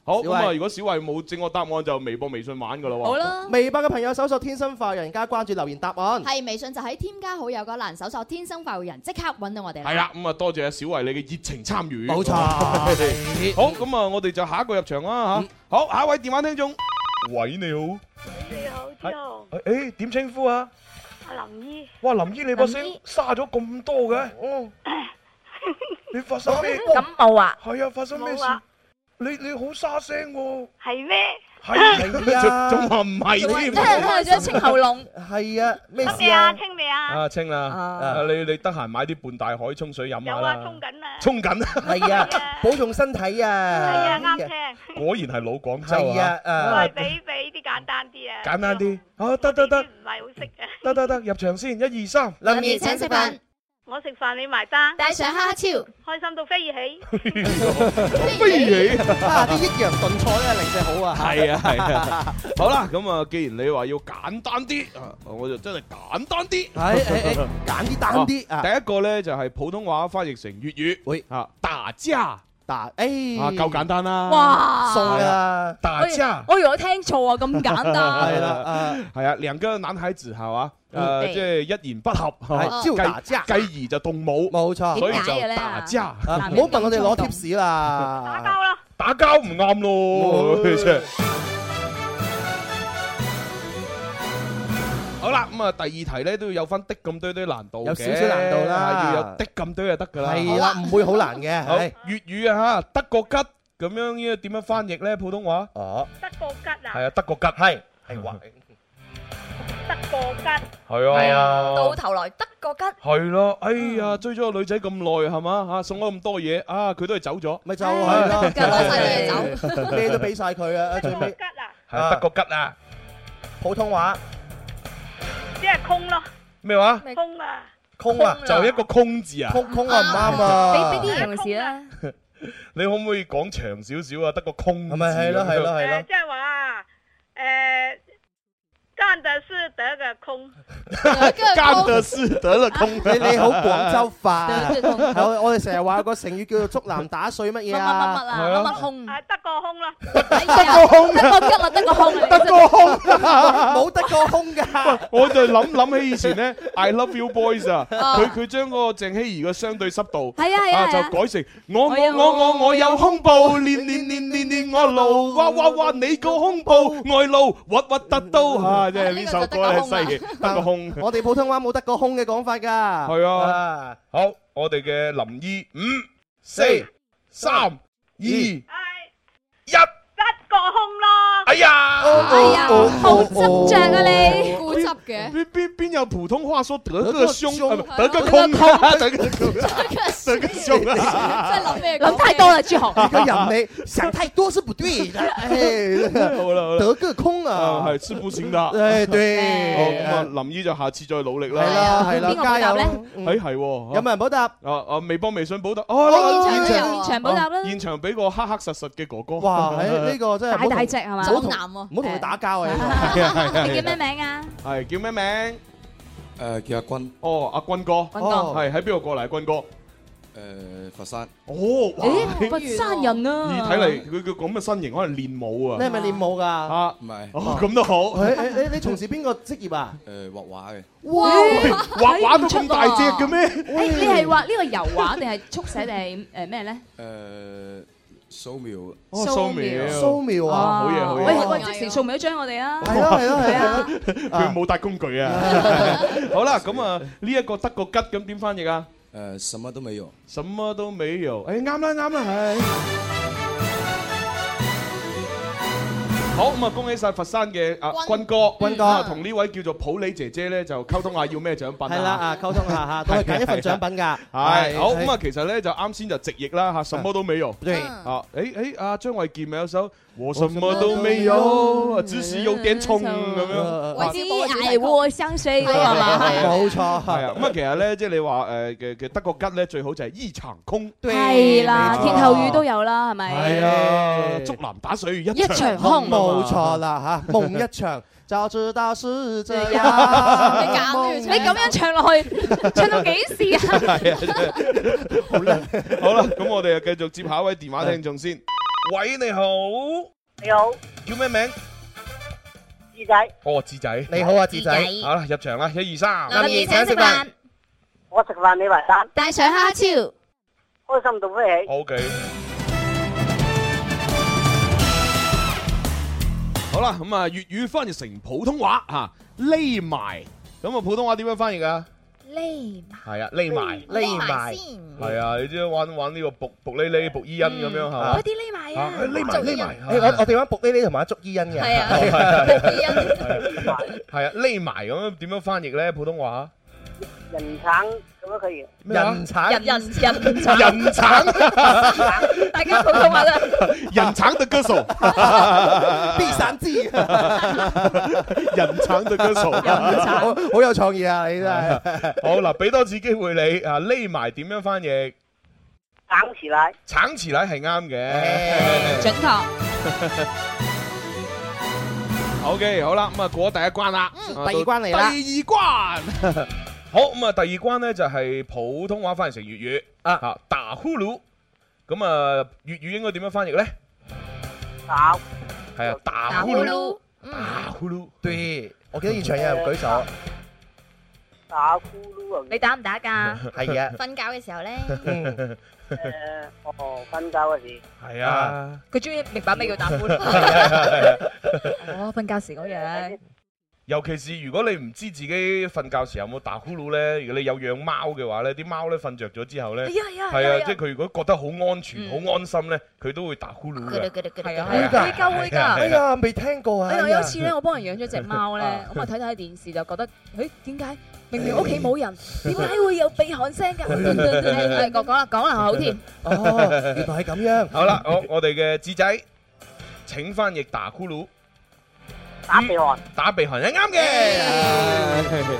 F: 好
H: 小
F: 咁
H: 慧
F: 啊，如果小慧冇正確答案，就微博、微信玩噶啦喎。
G: 好啦，
H: 微博嘅朋友搜索天生快活人加關注留言答案。
A: 係微信就喺添加好友嗰欄搜索「天生快活人」，即刻揾到我哋。
F: 係，啦，咁啊多謝阿小維你嘅熱情參與。
H: 冇錯
F: 好，咁啊，我哋就下一個入場啦
H: 嗯
F: 吓。好，下一位電話聽眾。喂，你好。哎
G: 你好，
F: 朱誒，點稱呼啊？
G: 阿林姨，
F: 哇，林姨你
G: 把聲林姨
F: 沙咗咁多嘅。哦。你發生咩？
G: 感冒啊？
F: 係啊，發生
G: 咩事冇啊？
F: 你你好沙聲喎。
G: 係咩？
H: 係啊。
F: 仲-仲話唔係添。
H: 係啊，咩事啊？
F: 啊，清啦。
H: À.
F: 啊，你-你得閒買啲半大海沖水飲下啦。
K: à.
F: 沖緊。
H: 係啊，保重身體啊。
K: à,
F: Dạ. 果然係老廣州啊。
H: 係啊，啊。
F: Dạ.
K: à,
F: 簡單啲。啊，得，得，得。得，得，得，入場先，一、二、三。 飛起。
H: À, 啊，啲抑揚頓挫咧，零舍好啊。
F: 係啊係啊， 好啦，咁啊，既然你話要簡單啲，啊我就真係簡單啲，
H: 係係係簡啲單啲啊
F: 啊第一個咧就係普通話翻譯成粵語，喂啊，打架
H: 打，誒
F: 啊夠簡單啦，
G: 哇
F: 係啊
G: 送啊
F: 打架。
G: 我以為我聽錯啊， 咁簡單。
F: 係啦，係啊，兩個男孩子係嘛，
G: 嗯
F: 誒，即係一言不合，
H: 係招打架
F: 繼繼而就動武，
H: 冇錯
F: 所以
H: 點解嘅
F: 就
H: 咧
F: 打架，
H: 啊唔好問我哋攞 tips 啦。
F: 打交唔啱咯，真係好啦，咁啊，第二題咧都要有翻的咁多堆難度嘅，
H: 有少少難度啦
F: 係要有的咁多就得噶啦，
H: 係啦，唔會好難嘅。
F: 好
H: 係
F: 粵語啊嚇，德國吉咁樣應該點樣翻譯咧？普通話
H: 哦，
F: 係啊，德國吉係係話係啊，
G: 係啊，到頭來得個 吉。
F: 係咯，哎
G: 嗯
F: 呀，追咗個女仔咁耐係嘛嚇，送咗咁多嘢啊，佢都係走咗，
H: 咪就 係咯，咩都
F: 俾
H: 俾晒佢 啊！最尾
F: 係德國吉啊，
H: 普通話
F: 咩話？
K: à.
H: 空啊，
F: 就一個空字啊，
H: 空空啊唔啱啊！
G: 俾俾啲形容詞啦。
F: 你可唔可以講長少少啊？得個空字
H: 咪係咯
F: 咁樣
H: 係咯係咯
K: Ờ,
F: 干得是得了空，
H: 你你好廣州 化，
G: 對對對
H: 我我哋成日話個成語叫做竹籃打水乜嘢
G: 乜乜
H: 啊？
G: 乜啦，乜乜空，
H: 得個空
G: 得個吉啦，得個空，
H: 得個空啊，冇得個空㗎。
F: 我就諗諗起以前咧，I Love You Boys 啊，
G: 啊
F: 佢佢將嗰個鄭希怡嘅相對濕度
G: 係啊係啊係啊
F: 就改成我
G: 我有
F: 我我我我有胸部，練練練練練我路，哇哇哇你個胸部外露，核核突到 啊！即係呢首歌咧犀利，得個胸。
H: 我哋普通話冇得個空嘅講法㗎。
F: 係啊
H: 啊，
F: 好，我哋嘅林姨，五、四、三、二、一，哎呀！哦
G: 好執着啊你，
K: 固執嘅。
F: 邊邊邊有普通話說得個胸，啊不
K: 得
F: 得個
K: 個
F: 空
K: 胸
F: 啊， 得個胸，啊得個胸
K: 真係
F: 啊！
K: 諗咩講？
G: 諗太多啦， 朱
H: 你個
G: 紅。
H: 人你想太多是不對的，哎
F: 好啦好啦
H: 得，個空
F: 啊
H: 啊！
F: 係是不行的。
H: 誒
F: 好
H: 對，
F: 咁啊，林姨就下次再努力
H: 係
F: 啦。
H: 啦係
F: 哎
G: 邊個
H: 啦，加
G: 回答
H: 油
G: 咧！
H: 嗯
F: 誒係喎，
H: 有冇人補答？
F: 啊啊微博微信補答，
G: 現
F: 哦
G: 場
K: 現場
G: 現場補答啦，
F: 啊現場俾個黑黑實實嘅哥哥。
H: 哇！喺呢個真
G: 大
H: 係唔好同
G: 大隻係嘛？
K: 走男喎
H: 唔好同佢打交啊！
F: 係啊係 啊
G: 你叫
F: 係
G: 咩
F: 啊
G: 名啊？
F: 係叫咩名？
D: 誒叫阿君，
F: 哦，阿君哥，
G: 君
H: 哦
G: 哥，
F: 係喺邊度過嚟？君哥，
D: 誒佛山，
F: 哦，哇！
G: 咦，佛山人
F: 而
G: 啊！
F: 睇嚟佢佢咁嘅身形，可能練武
H: 你
F: 啊。
H: 係咪練武㗎？
F: 啊，
D: 唔係
F: 哦，咁都好。
H: 誒誒誒，你從事邊個職業啊？
D: 誒畫畫嘅，
H: 哇！
F: 畫畫都
G: à.
F: 咁大隻嘅咩？
G: 誒，你係畫呢個油畫定係速寫定係誒咩咧？
F: 呃
D: 誒掃描
F: 哦
G: 素
F: 素
G: 描
F: 描，
H: 素描
D: à?
G: Ờ.
D: Ờ,
H: 啊！
F: 好嘢好嘢
G: 喂喂，即時掃描一張我哋啊！
H: 係啊係啊係啊！
F: 佢冇帶工具啊。好啦，咁啊呢一個德國吉咁點翻譯啊？
D: 誒什麼都沒有，
F: 什麼都沒有，誒啱啦啱啦，係。好咁啊！恭喜晒佛山嘅啊
K: 君
F: 君哥，
H: 君哥
F: 啊同呢位叫做普洱姐姐咧就溝通下要咩獎品
H: 係啦啊，溝通下嚇，都係揀一份獎品㗎。
F: 係好咁啊！其實咧就啱先就直譯啦嚇，什麼都沒有。
H: 啊對
F: 啊，誒誒，阿張衛健咪有首《我什麼都沒有》，只是有點衝咁樣。
K: 為之寶嘅主題曲
G: 挨窩相水
F: Ờ.
G: 嗰個係嘛？係啊
H: 冇錯，
F: 係啊，咁啊，其實咧，即係你話誒嘅嘅德國吉咧，最好就係衣長空，
G: 係啦，
H: 沒錯
G: 歇後語都有啦，係咪？
H: 係啊
F: 竹籃打水一
G: 一場空
H: 冇錯啦嚇，夢一場就知道是這 樣。
K: 你搞亂
G: 你咁樣唱落去，唱到 幾時啊？
F: 係啊，真係好啦，咁我哋就啊繼續接下一位電話聽眾先。喂，你好，叫咩名？哦，志仔，
H: 你好啊，智仔，
F: 好啦，入場啦，一二三，
H: 林怡請食飯，
K: 帶上蝦超，
F: O K。好啦，咁啊，粵語翻譯成普通話吓，匿埋。咁啊，普通話點樣翻譯啊？
A: 匿埋。
J: 係啊，匿埋
A: 匿埋先
J: 係啊，你知啦玩玩呢個卜卜哩哩、卜伊恩咁樣係嘛？
A: 快啲匿埋啊！
J: 匿埋匿埋，
A: 係
J: 我我哋玩卜哩哩同埋捉伊恩嘅
A: 係 啊
J: 係啊
A: 卜伊恩
J: 係啊係啊，匿埋咁樣點樣翻譯咧？普通話
K: 人橙咁樣可以。
J: 人產
K: 人人人
J: 人 產。
K: 大家普通話啦。
F: 人橙的歌手，
H: 必散之，
F: 人橙的歌手，
H: 好好有創意啊！你真係。
J: 好嗱，俾多次機會你啊，匿埋點樣翻譯？
K: 橙起來。
J: 橙詞奶係啱嘅，
G: 準確。
J: O K，好啦，咁啊過咗第一關啦，
H: 嗯
J: 啊
H: 第二關嚟
J: 到
H: 啦
J: 第二關，好咁啊，第二關咧就係普通話翻譯成粵語啊，嚇打呼嚕，咁啊粵語應該點樣翻譯咧？
K: 打
J: 係啊，打呼嚕，打呼嚕，對，我記得現
A: 場有人舉手。
K: 打呼嚕啊！
A: 你打唔打㗎？
J: 係啊
A: 瞓覺嘅時候咧，
K: 誒，哦，瞓覺嗰時。
J: 係啊，
A: 佢終於明白咩叫打 呼嚕。
J: 哦
A: 瞓覺時嗰樣。
J: 尤其是如果你唔知自己瞓覺時有冇打呼嚕咧，如果你有養貓嘅話咧，啲貓咧瞓着咗之後咧，
A: 係啊係啊
J: 係
A: 係
J: 啊
A: 啊，
J: 即係佢如果覺得好安全、好安心咧，佢都會打呼嚕
A: 佢
J: 嘅。
A: 哋佢哋佢
J: 係啊
A: 哋
J: 係啊
A: 會㗎會
J: 係
A: 㗎。
J: 啊係啊
A: 未聽過
J: 啊
A: 哎呀，有一次
J: 哎
A: 咧，
J: 呀
A: 我幫人養咗只貓咧
J: 啊，
A: 咁啊睇睇電視就覺得，誒點解明明屋 企冇人，點解會有鼻鼾聲㗎？誒講講啦講啦，口甜。
J: 哦，原來係咁樣。 好啦，我我哋嘅智仔，請翻譯打呼嚕。打鼻鼾。打鼻鼾係啱
F: 啊
J: 嘅。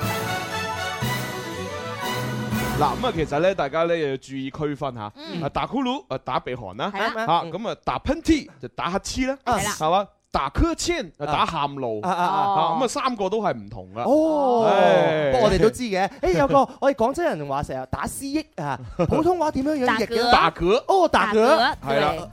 F: 嗱咁啊，其實咧，大家咧又要注意區分吓，
J: 嗯
F: 啊打呼嚕啊打鼻鼾啦，
J: 係啦
F: 吓咁啊打噴嚏就打乞嗤啦，
J: 係啦
F: 係嘛？打咳千啊打喊路
H: 啊啊啊啊
F: 啊咁啊三個都係唔哎同噶。
H: 哦
F: 唉，
H: 不過我哋都知嘅。誒有個我哋廣州人話成日打思噎 啊，普通話點樣樣譯嘅？
F: 打嗝
H: 哦，打嗝
F: 係啦。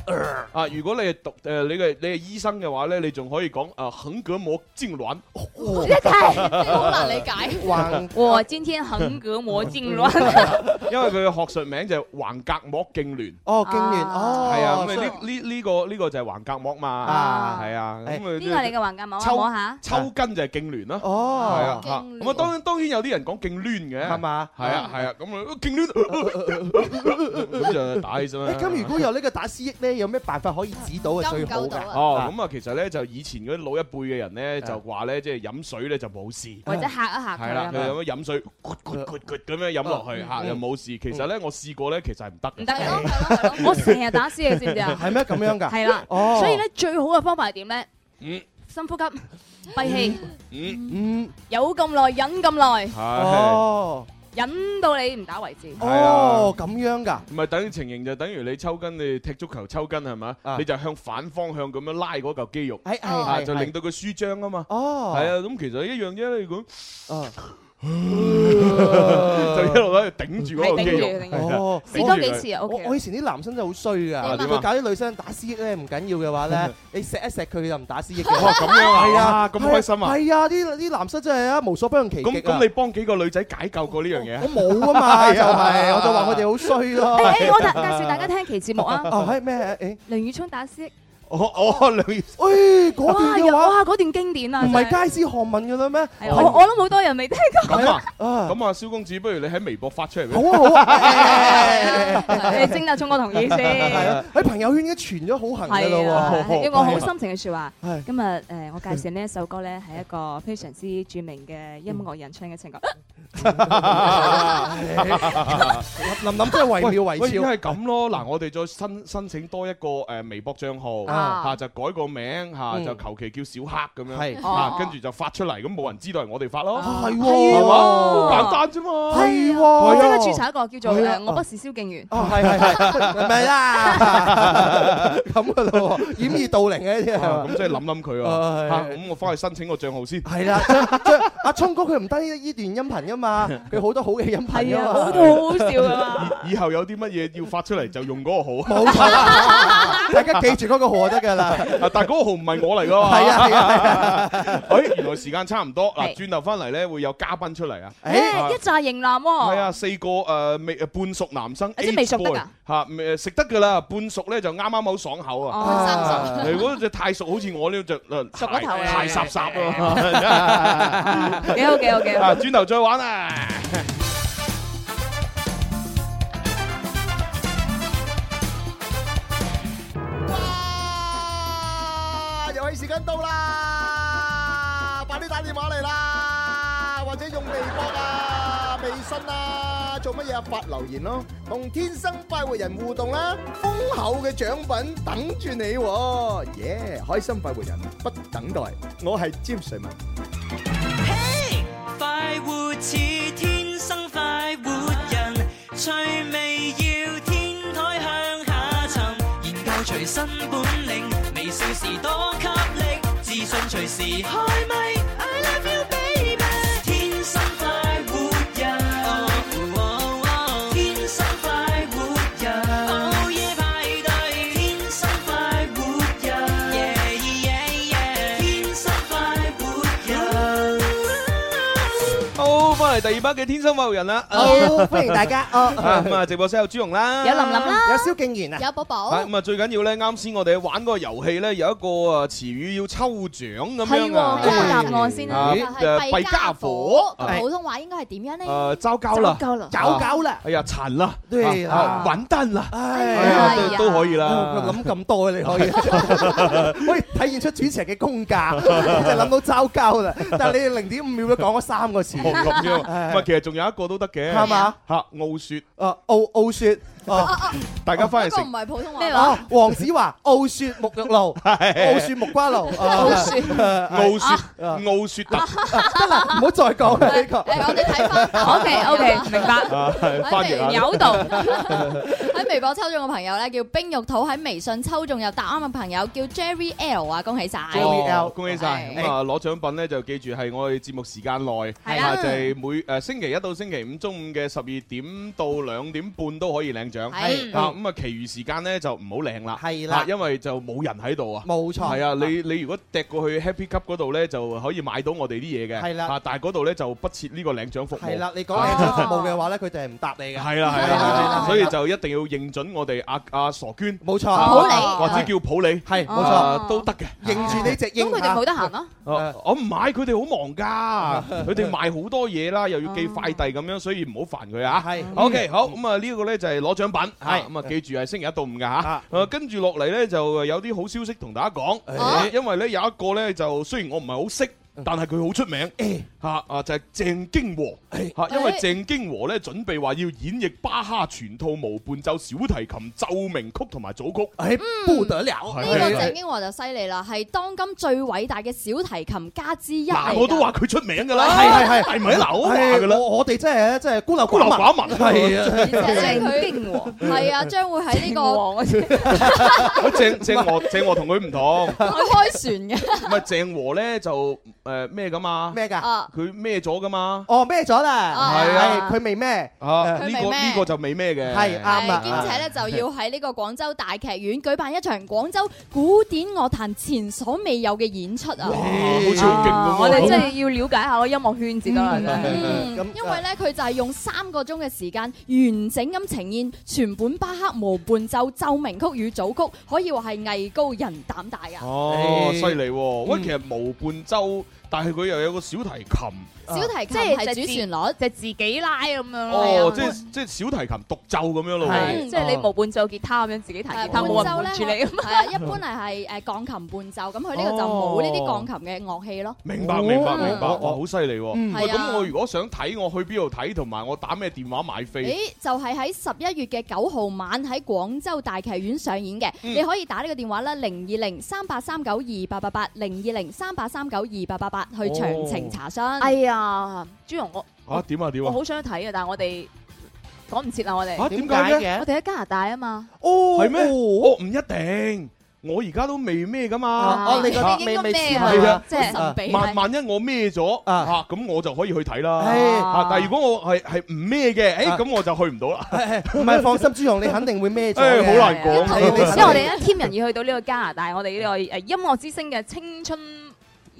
F: 啊，如果你係讀誒你嘅你係醫生嘅話咧，你仲可以講啊橫膈膜痙攣。
G: 哦一睇好難 理解。
F: 橫
G: 我今天横膈膜痙 攣。
F: 因為佢嘅學術名就係橫膈膜痙攣。
H: 哦，痙攣哦，
F: 係啊，咁啊呢呢呢個呢個就係橫膈膜嘛
H: 啊，
F: 係啊，咁
G: 呢個係你嘅橫膈膜，我摸下。
F: 抽筋就係痙攣啦，
H: 哦
F: 係啊，嚇咁啊當然當然有啲人講痙攣嘅，係
H: 嘛，
F: 係啊
G: 嗯
F: 係啊，咁啊痙攣 咁就打起身啦。
H: 咁如果 有呢個打思噎咧，有咩辦法可以指到係最好嘅？
F: 哦，咁啊，其實咧就以前嗰啲老一輩嘅人咧就話咧，即係飲水咧就冇事，
G: 或者嚇一嚇佢
F: 係啦，
G: 啊
F: 佢咁樣飲水，咕咕咕咕咁樣飲落去
G: 嗯
F: 嚇
G: 嗯
F: 又冇事。其實咧我試過咧，其實係唔得嘅。
G: 唔得嘅，我成日打私嘅，知唔知啊？
H: 係咩咁樣㗎
G: 係啦，
H: 哦
G: 所以咧最好嘅方法係點咧？
F: 嗯
G: 深呼吸，閉氣，
F: 嗯
H: 嗯，
G: 有咁耐忍咁耐，
H: 哦，
G: 忍到你唔打為止。
F: 係啊
H: 哦，咁樣㗎。
F: 唔係等於情形就等於你抽筋，你踢足球抽筋係嘛？你就向反方向咁樣拉嗰嚿肌肉，
H: 係係
F: 啊
H: 係
F: 就
H: 係
F: 令到佢舒張啊嘛。
H: 哦
F: 係啊，咁其實一樣啫，你咁。
H: 啊
F: 就一路喺度頂住嗰個肌肉
G: 係頂住頂，住
H: 哦，
G: 試多幾次啊
H: 我
G: OK 啊
H: 我以前啲男生就好衰
F: 啊
H: 㗎，
F: 點啊
H: 佢搞啲女生打思噎咧唔緊要嘅話咧，你錫一錫佢就唔打思噎嘅。
F: 哦咁樣啊
H: 係
F: 哇
H: 啊，
F: 咁開心啊
H: 係啊，啲啲男生真係啊無所不用其極
F: 咁
H: 啊
F: 咁，你幫幾個女仔解救過呢樣嘢？
H: 我冇啊 嘛，就
F: 係啊
H: 係我就話佢哋好衰咯。
G: 誒誒，我介介紹大家聽一期節目啊。
H: 哦，係咩？誒，
G: 梁宇聰打私，
F: 我我梁宇，
H: 誒嗰段嘅話，
G: 哇，嗰段經典啊，
H: 唔係
G: 真係
H: 街知巷聞嘅啦咩？
G: 係啊我我都好多人未聽過。
F: 咁啊，咁啊，蕭公子，不如你喺微博發出嚟俾
H: 好啊好 啊，
G: 你徵得中我同意
H: 係
G: 先
H: 啊。喺朋友圈已經傳咗好行嘅
G: 係啊
H: 咯，喎。
G: 用個好心情嘅説話。
H: 係
G: 今日誒，我介紹呢一首歌咧，係一個非常之著名嘅音樂人唱嘅情歌。
H: 林林真係惟妙惟肖
F: 喂喂因為咁咯，嗱，我哋再申申請多一個誒微博帳號，
H: 啊
F: 嚇就改個名嚇，
H: 嗯
F: 就求其叫小黑咁樣，
H: 係
F: 嚇
H: 哦
F: 跟住就發出嚟，咁冇人知道係我哋發咯，
H: 係喎
F: 係嘛，好簡單啫嘛，
H: 係喎
G: 我
F: 係
G: 即刻
F: 啊
G: 註冊一個叫做
F: 係啊
G: 誒，我不是蕭敬元。
H: 哦， 係係 係，咪啦， 咁嘅咯 喎，掩耳盜鈴嘅呢啲係
F: 啊
H: 嘛
F: 咁即係諗諗佢
H: 啊係
F: 啊，嚇咁我翻去申請個帳號先，
H: 係 啦，將將阿聰哥佢唔低呢段音頻噶嘛，佢好多好嘅音頻
G: 啊
H: 噶嘛，
F: 以以後有啲乜嘢要發出嚟就用嗰個號，
H: 冇錯 啦，大家記住嗰個號就得㗎啦。
F: 啊但係嗰個號唔係我嚟噶嘛，
H: 係啊係
F: 啊係 啊，誒原來時間差唔多，嗱
G: 係
F: 轉頭翻嚟咧會有嘉賓出嚟啊，啊
G: 誒，一紮型男
F: 係
G: 喎。
F: 啊，四個誒未誒半熟男生，
G: 即係未熟得㗎
F: 嚇，未食得㗎啦，半熟咧就啱啱好爽口啊。
G: 哦
F: 啊如果只太熟，好似我呢就誒熟
G: 頭啊
F: 太霎霎咯。
G: 幾好幾好幾好
F: 啊轉頭再玩啊！
H: 啊緊到啦，快啲打電話嚟啦，或者用微博啊、微信啊，做乜嘢啊？發留言咯，同天生快活人互動啦，豐厚嘅獎品等住你喎，耶！開心快活人不等待，我係詹瑞文。
D: 快活似天生快活人，趣味要天台向下沉，研究隨身本領，微笑時多給力，自信隨時開咪。I love you baby，天生快活人，哦哦哦天生快活人，午夜派對，天生快活人，yeah yeah yeah，天生快活人。
F: 好，翻嚟第二班嘅天生快活人啦！
D: 好歡迎大家哦
F: 啊咁啊，直播室有朱容啦，
G: 有林琳啦
H: 有蕭敬元啊，
A: 有寶寶。
F: 係咁啊，最緊要咧，啱先我哋玩嗰個遊戲咧，有一個啊詞語要抽獎咁
A: 係喎，
F: 樣啊。
A: 講個答案先啦，
F: 咦
A: 就
F: 誒
A: 係
F: 弊家伙，係啊
A: 普通話應該係點樣呢？
F: 誒，糟糕啦，
A: 糟糕了
F: 啊
A: 糟糕了
F: 哎呀，慘啦，
H: 對啦
F: 啊完蛋啦，哎
H: 呀
F: 呀，都都可以啦，
H: 諗咁多你可以，可以體現出主持人嘅功架，就諗到糟糕啦。但係你零點五秒都講咗三個字，
F: 哦咁 樣，
H: 唉
F: 唔係，其實仲有一個都得嘅，
H: 哎係嘛？
F: 嚇，傲雪，
H: 啊，傲傲雪，哦
F: 大家翻嚟
A: 嗰個唔
F: 食，
A: 係普通話。
H: 咩話？黃子華傲雪沐浴露，傲雪木瓜露，
F: 傲雪
H: Ờ,
F: 傲雪
H: 傲
F: 雪
H: 特，得啦，唔好再講啦呢個。
A: 我哋睇翻
H: Ờ.
G: OK，OK，明白
F: 啊係翻譯下
A: 有度 喺微博抽中嘅朋友咧叫冰玉土，喺微信抽中又答啱嘅朋友叫 Jerry L 啊，恭喜晒
F: 哦恭喜晒！咁啊，攞獎品咧就記住係我哋節目時間內，啊
A: 係啊
F: 就係每誒星期一到星期五中午嘅十二點到兩點半都可以領獎。
H: 係
F: 啊，咁啊，其餘時間咧就唔好領啦。
H: 係啦
F: 啊因為就冇人喺度啊。
H: 冇錯
F: 係啊，你你如果趯過去 Happy Cup 嗰度咧，就可以買到我哋啲嘢嘅。
H: 係啦
F: 啊，但係嗰度咧就不設呢個領獎服務。
H: 係啦，你講領獎服務嘅話咧，佢哋係唔答你嘅。
F: 係啦係啦，所以就一定要認準我哋阿阿傻娟，
H: 冇錯
F: 啊
H: 普洱
F: 或者叫普洱，
H: 係
F: 冇
H: 冇錯
F: 都得嘅。
H: 認住呢只鷹。
G: 咁佢哋冇得閒咯。
F: 啊我唔買，佢哋好 忙噶，佢哋賣好多嘢啦，又
H: 啊
F: 要寄快遞咁樣，所以唔好煩佢啊。係，OK，好
H: 嗯
F: 咁啊，呢個咧就係攞獎品，係咁啊，記住係星期一到五噶
H: 啊
F: 嚇。誒，跟住落嚟咧就有啲好消息同大家講，啊因為咧有一個咧就雖然我唔係好識。
H: 嗯
F: 但係佢好出名嚇啊！就係鄭經和嚇，因為鄭經和咧準備話要演繹巴哈全套無伴奏小提琴奏鳴曲同埋組曲，
H: 誒不得了！
A: 呢個鄭經和就犀利啦，係當今最偉大嘅小提琴家之一嚟
F: 嗱，
A: 㗎
F: 我都話佢出名㗎啦，
H: 係係係
F: 係咪嗱？我話㗎啦
H: 係，我我哋真係咧，真係孤陋
F: 孤陋寡聞
H: 係啊，
A: 鄭經和係啊，將會喺呢個
F: 喂鄭鄭和鄭和同佢唔同，唔
A: 佢開船嘅。
F: 係啊鄭和咧就誒咩㗎嘛？
H: 咩㗎
A: 啊
F: 佢咩咗㗎嘛？
H: 哦咩咗啦，
F: 係啊
H: 係佢未咩？
F: 啊
A: 佢
F: 呢
A: 未
F: 個
A: 咩
F: 呢個就未咩嘅，
H: 係啱啊
A: 兼且咧就要喺呢個廣州大劇院舉辦一場廣州古典樂壇前所未有嘅演出啊！
F: 好似好勁咁喎
G: 我哋真係要了解下個音樂圈至得啦，真係。
A: 嗯因為咧佢就係用三個鐘嘅時間完整咁呈現全本巴克無伴奏奏鳴曲與組曲，可以話係藝高人膽大啊！
F: 哦，
H: 誒嗯
F: 犀利喎！喂，其實無伴奏，但係佢又有個小提琴，
H: 啊
A: 小提琴
G: 即係
A: 係
G: 就
A: 主
G: 自
A: 旋律，
G: 就自己拉咁樣咯。
F: 哦，即係即係小提琴獨奏咁樣咯
G: 係
H: 嗯
F: 喎，
G: 即係
H: 哦
G: 你無伴奏吉他咁樣自己彈吉他，冇人伴住你咁。
A: 係啊，一般係係誒鋼琴伴奏，咁佢呢個就冇呢啲鋼琴嘅樂器咯。
F: 明白明白明白，哇，
H: 哦
F: 好犀利喎！
A: 嗯
F: 喂，
A: 係啊
F: 咁我如果想睇，我去邊度睇，同埋我打咩電話買飛？
A: 誒就係喺十一月嘅九號晚喺廣州大劇院上演嘅，
F: 嗯
A: 你可以打呢個電話啦，零二零三八三九二八八八，零二零三八三九二八八八去詳情查詢。
G: 哎呀，朱容我
F: 哦啊，點啊點
G: 我
A: 哦
F: 啊！
G: 好想去睇啊，但係我哋趕唔切啦，我哋
F: 啊點解嘅點解嘅
G: 我哋喺加拿大啊嘛，
H: 哦
F: 係咩？哦，唔一定，我而家都未咩噶嘛。
H: 哦，你覺
G: 啊
H: 得未未
G: 應該咩
H: 知
G: 啊
F: 係啊，
G: 即係神秘
F: 萬萬一我咩咗啊，咁我就可以去睇啦。
H: 係
F: 啊，但係如果我係係唔咩嘅，誒
H: 啊
F: 咁我就去唔到啦。
H: 唔係放心，朱紅你肯定會咩咗
F: 誒
H: 嘅
F: 好難講
H: 你你
G: 因為我哋一 team 人要去到呢個加拿大，我哋呢個誒音樂之星嘅青春。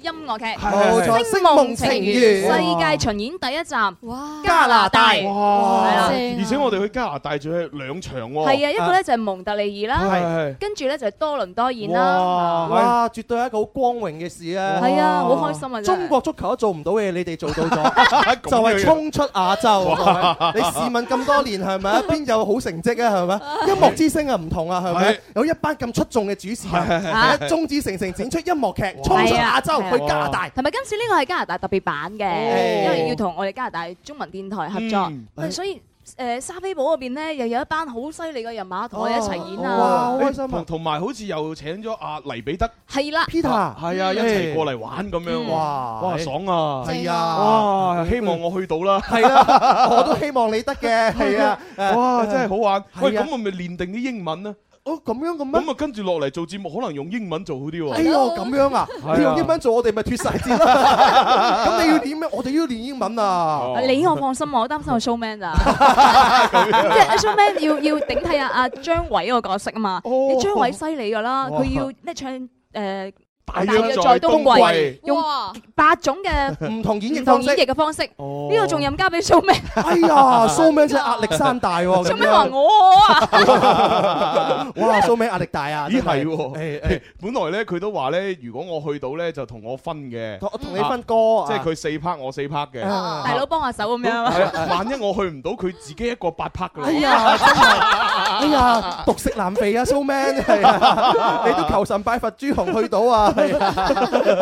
G: 音樂劇，
L: 冇錯
G: 星夢
L: 星夢情
G: 情緣
L: 緣》
G: 世界巡演第一站，
F: 加
G: 加拿
F: 拿大
G: 大， 係
F: 哇
G: 啦。
F: 而且我哋去加拿大仲係兩場喎。
G: 係啊，一個咧就係蒙特利爾
F: 係
G: 啦
F: 係，
G: 跟住咧就係多倫多演
H: 哇
G: 啦。啊
H: 哇，絕對係一個好光榮嘅事啊！
G: 係啊好開心啊真係
H: 中國足球都做唔到嘅，你哋做 到咗，就係衝出亞洲
L: 哇。
H: 你試問咁多年係 咪？邊有好成績啊？係咪？音樂之星啊唔同啊，係咪
L: 係？
H: 有一班咁出眾嘅主持
L: 係係係
H: 人，啊中子成成展出音樂劇，衝出
G: 係啊
H: 亞洲
G: 係啊
H: 去加拿大。
G: 同埋今次呢個係加拿大特別版嘅，
H: 哦
G: 因為要同我哋加拿大中文電台合作，啊
H: 嗯
G: 所以誒沙菲堡嗰邊咧又有一班好犀利嘅人馬同我哋一齊演
F: 哇
G: 啊！
F: 好開心同同埋好似又請咗阿黎彼得。
G: 係啦
F: 啊係啊，一齊過嚟玩咁樣，哇哇爽啊！
H: 係
F: 啊，
H: 啊
F: 哇，希望我去到啦，
H: 係啊啦，我都希望你得 嘅，係啊，
F: 哇，真係好玩。喂，
H: 係啊
F: 咁我咪練定啲英文咧。
H: 哦，咁樣嘅咩？
F: 咁啊，跟住落嚟做節目，可能用英文做好啲喎。
H: 哎呀，咁樣啊
F: 係啊！
H: 你用英文做，我哋咪脱晒 節啦。咁你要點咩？我哋要練英文
F: 哦
H: 啊！
G: 你我放心，我擔心 我 showman 咋，即係啊 showman 要要頂替阿阿張偉嗰個角色啊嘛。
H: 哦
G: 你張偉犀利㗎啦，
F: 哇
G: 佢要咧唱誒。
F: 大
G: 約
F: 約在
G: 在
F: 冬
G: 冬
F: 季
G: 季，用八種嘅
H: 唔同演繹
G: 唔同
H: 方式哦
G: 演繹嘅方式，呢個仲任交俾 showman。
H: 哎 呀，蘇明真係壓力山大
G: 做
H: 喎！咁
G: 咩話
H: 樣
G: 我我啊？
H: 哇，蘇明壓力大啊！真
F: 咦係 喎，本來咧佢都話咧，如果我去到咧就同我分嘅，
H: 同同你分歌啊
F: 啊即係佢四 part 我四 part 嘅，
H: 啊
G: 大佬幫下手咁樣
F: 係啊
G: 啊。
F: 萬一我去唔到，佢自己一個八 part 㗎啦。
H: 哎呀，真係， 哎呀， 獨食難肥啊，蘇明係啊！你都求神拜佛，朱紅去到啊，係啊，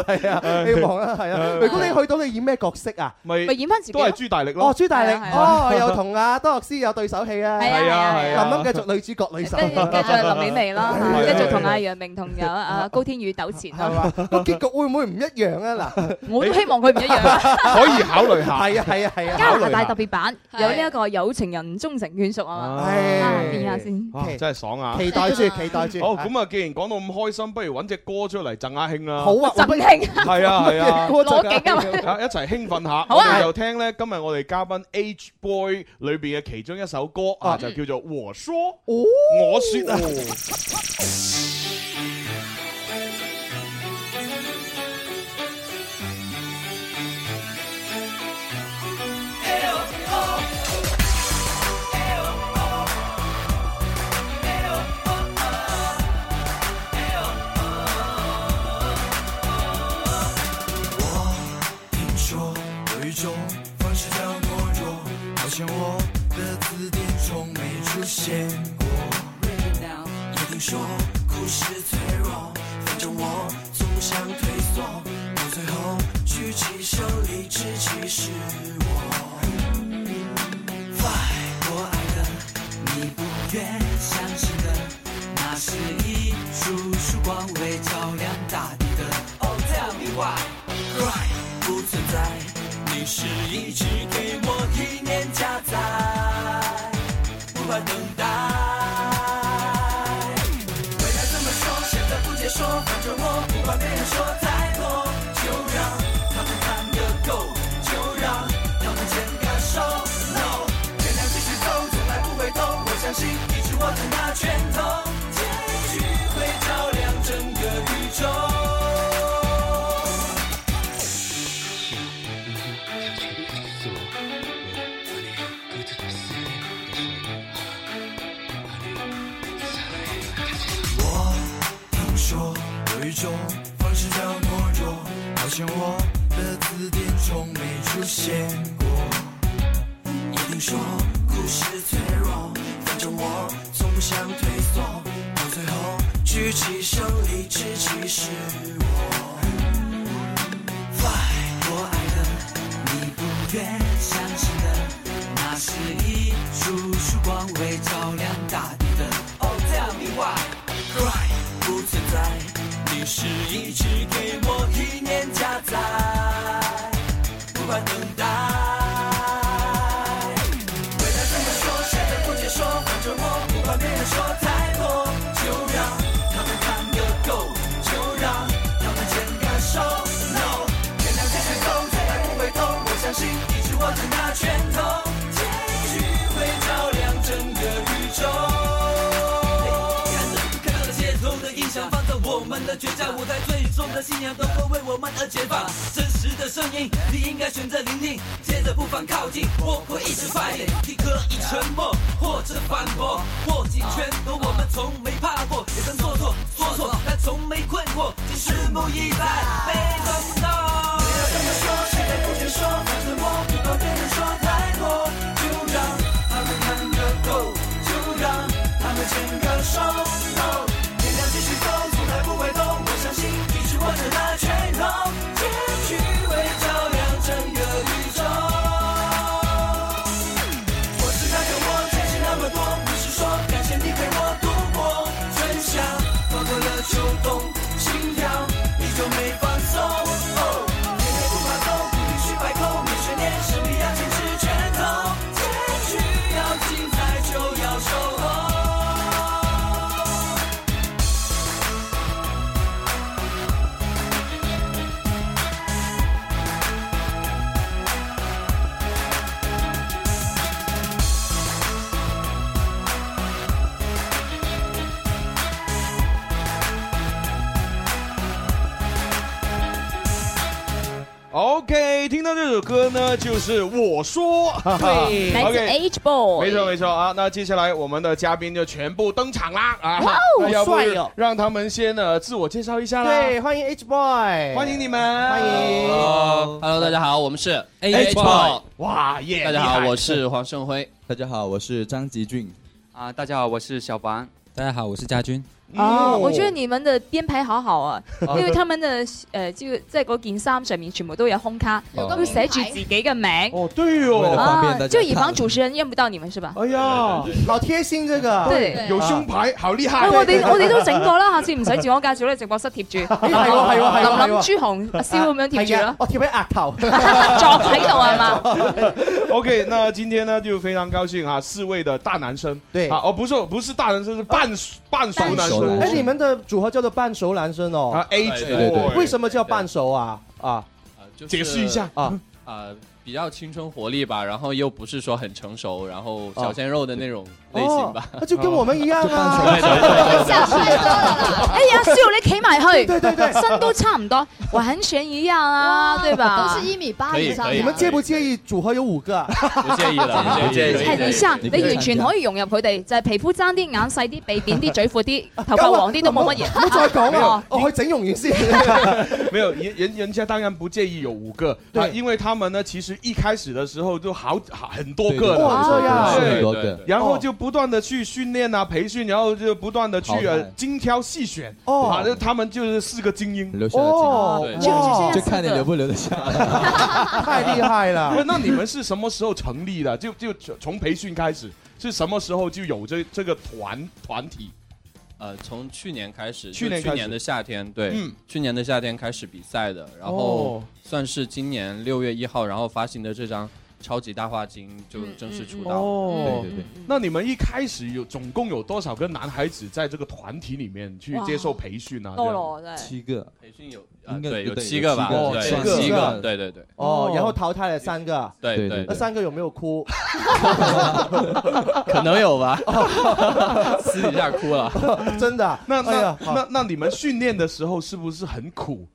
H: 係啊，希望啊，係啊！如果你去到，你演咩角色啊？
F: 咪
G: 咪演返自己
F: 都
G: 咯
F: 係朱大力咯。
H: 哦，朱大力，
F: 係啊係啊
H: 哦，又同阿多樂斯有對手戲啊！
F: 係啊係啊
H: 林林繼續女主角女手，
G: 跟住繼續林美薇啦，
H: 係啊
G: 嚇跟住同阿楊明同有阿高天宇糾纏
H: 係嘛
G: 啦。？
H: 個結局會唔會唔一樣啊？嗱，
G: 我都希望佢唔一 樣。
F: 可以考慮下。
H: 係啊係啊係啊！
G: 加拿
H: 考慮
G: 大
H: 下
G: 特別版有呢一個有情人終成眷屬啊嘛，啊變下先。
F: 哇真係爽啊！
H: 期 待住期待住
F: 好，咁啊，既然講到咁開心，不如揾只歌出嚟贈下興啦。
H: 好啊，
G: 振興
F: 係啊係啊，
H: 歌就係
G: 攞景
F: 啊！一齊興奮下，
G: 好啊
F: 我哋就聽咧今日我哋嘉賓 H Boy 裏邊嘅其中一首歌啊，
H: 啊
F: 就叫做《和說
H: 哦
F: 我說》啊。
D: 听说有一种方式叫懦弱，好像我的字典中没出现过。也听说哭是脆弱，反正我总想退缩，到最后举起手理直气是我。Fine，我爱的你不愿相信的，那是一束束光为照亮大地的。Oh tell me why，right。不存在，你是一直给我体面加载，无法等待。未来怎么说，现在不解说，反正我不管别人说太多，就让他们看个够，就让他们牵个手。No，天亮继续走，从来不回头，我相信一直握着那拳头，结局会照亮整个宇宙。我听说有一种方式叫懦弱，好像我的字典中没出现过。也听说哭是脆弱，反正我总想退缩，到最后举起手理直气是我。Fine，我爱的你不愿相信的，那是一束束光为照亮大地的。Oh tell me why，cry 不存在，你是一直给我一念加载，不管等待。未来怎么说，现在不解说，反正我不管别人说太多，就让他们看个够，就让他们牵个手。No，天亮继续走，从来不回头，我相信一直握我们的倔强，舞台最终的信仰都会为我们而解放。真实的声音，你应该选择聆听，接着步伐靠近，我会一直快点。你可以沉默或者反驳，握紧拳头，我们从没怕过，也曾做错说错，但从没困惑，即使拭目以待，被等到。不要这么说，谁在不停说，反正我不怕别人说太多，就让他们看个够，就让他们牵个手。No，力量继续走，从来不回头，我相信你是我的那拳头，结局会照亮整个宇宙。我是那个我，坚持那么多，你是说感谢你陪我度过春夏，跨过了秋冬，心跳依旧没放松。哦面对不怕痛，不允许摆空，每悬念势必要坚持拳头，结局要精彩就要守候。
F: OK，听到这首歌呢，就是我说，
G: 对来自 H Boy
F: 没错没错啊。那接下来我们的嘉宾就全部登场啦啊！
H: 哇哦
F: 那要不
H: 好帅哦
F: 让他们先呃自我介绍一下啦。
H: 对，欢迎 H Boy，欢
F: 迎你们，
H: 欢迎。
M: Hello，大家好，我们是 A
H: H
M: H
H: Boy
M: Ball。
F: 哇耶
M: 大家好，
F: 厉害
M: 我是黄胜辉。
C: 大家好，我是张吉俊。
M: 啊，大家好，我是小凡。
C: 大家好，我是家军。
G: 哦，我觉得你们的编排好好啊，因
C: 哦
G: 為他們嘅誒，即係即係嗰件衫上面全部都有胸卡，
C: 有
G: 都
C: 個
G: 寫住自己嘅名。啊
F: 哦，對哦
C: 為了方便大家
G: 就以
C: 看
G: 防主持人認不到你們是吧？
F: 哎呀，
H: 好贴心这个，
G: 對，
H: 有胸
F: 牌，好厉
G: 喂哎我哋我哋都整過啦，下次唔使自我介紹咧，直播室貼住。係
H: 係喎係喎係喎係喎
G: 林朱紅、阿蕭咁樣貼住
H: 係
G: 啦
H: 啊。我貼喺額頭， 啊
G: 坐喺度係嘛？
F: OK，那今天呢就非常高興啊，四位的大男生，对啊，哦不是不是大男生，是半半熟男生。
H: 哎，你们的组合叫做半熟男生哦。
F: 啊，H 对对对
H: 为什么叫半熟啊？啊，
M: 就是
H: 解释一下啊。
M: 啊，比较青春活力吧，然后又不是说很成熟，然后小鲜肉的那种类型吧。
H: 哦那就跟我们一样啊。
M: 对对对对对
G: 哎呀，蕭你企埋去，
H: 對對對
G: 身高差唔多，完全一樣啊，對吧？
A: 都是一米八
M: 以上的可以可以
H: 你们介不介意组合有五个啊？
M: 不介意了，不介意。
G: 係李
N: 哎
G: 生，你完全可
M: 以。
G: 以融入佢哋，就係皮膚爭啲、眼細啲、鼻扁啲、嘴闊啲、頭髮黃啲都冇乜嘢。 哦
H: 唔好再講啦，我去整容完先。
F: 没有人人人家当然不介意有五个，啊，因为他们呢其实一开始的时候就好好很多个的，
H: 哇这样
F: 对
H: 是很多
F: 对
H: 个
F: 然后就不断的去训练啊、培训，然后就不断的去
C: 淘汰
F: 呃精挑细选，
C: 哦
F: 啊，就他们就是四个精英
C: 留下了
F: 对
C: 精华，就看你留不留得下。
H: 太厉害了
F: 不那你们是什么时候成立的？就就从培训开始，是什么时候就有这这个团团体？
M: 呃，从 去年开始，
F: 去年
M: 就去
F: 开始
M: 年的夏天，对
F: 嗯，
M: 去年的夏天开始比赛的，然
F: 哦
M: 后算是今年六月一号，然后发行的这张超级大话精就正
G: 嗯
M: 式出道。
F: 哦，那你们一开始有总共有多少个男孩子在这个团体里面去接受培训啊？
G: 多咯真係
C: 七个，
M: 培训有
C: 应该
M: 对有
C: 对
M: 七个吧
C: 有
M: 对
C: 七
F: 哦
M: 算
C: 个，
M: 七个对对对
H: 哦，然 后淘汰了三个。
M: 对对对
H: 那三个有没有哭？
M: 可能有吧， 私底下哭了。
H: 真的啊？
F: 那
H: 哎
F: 那
H: 呀好
F: 那那你们训练的时候是不是很 苦？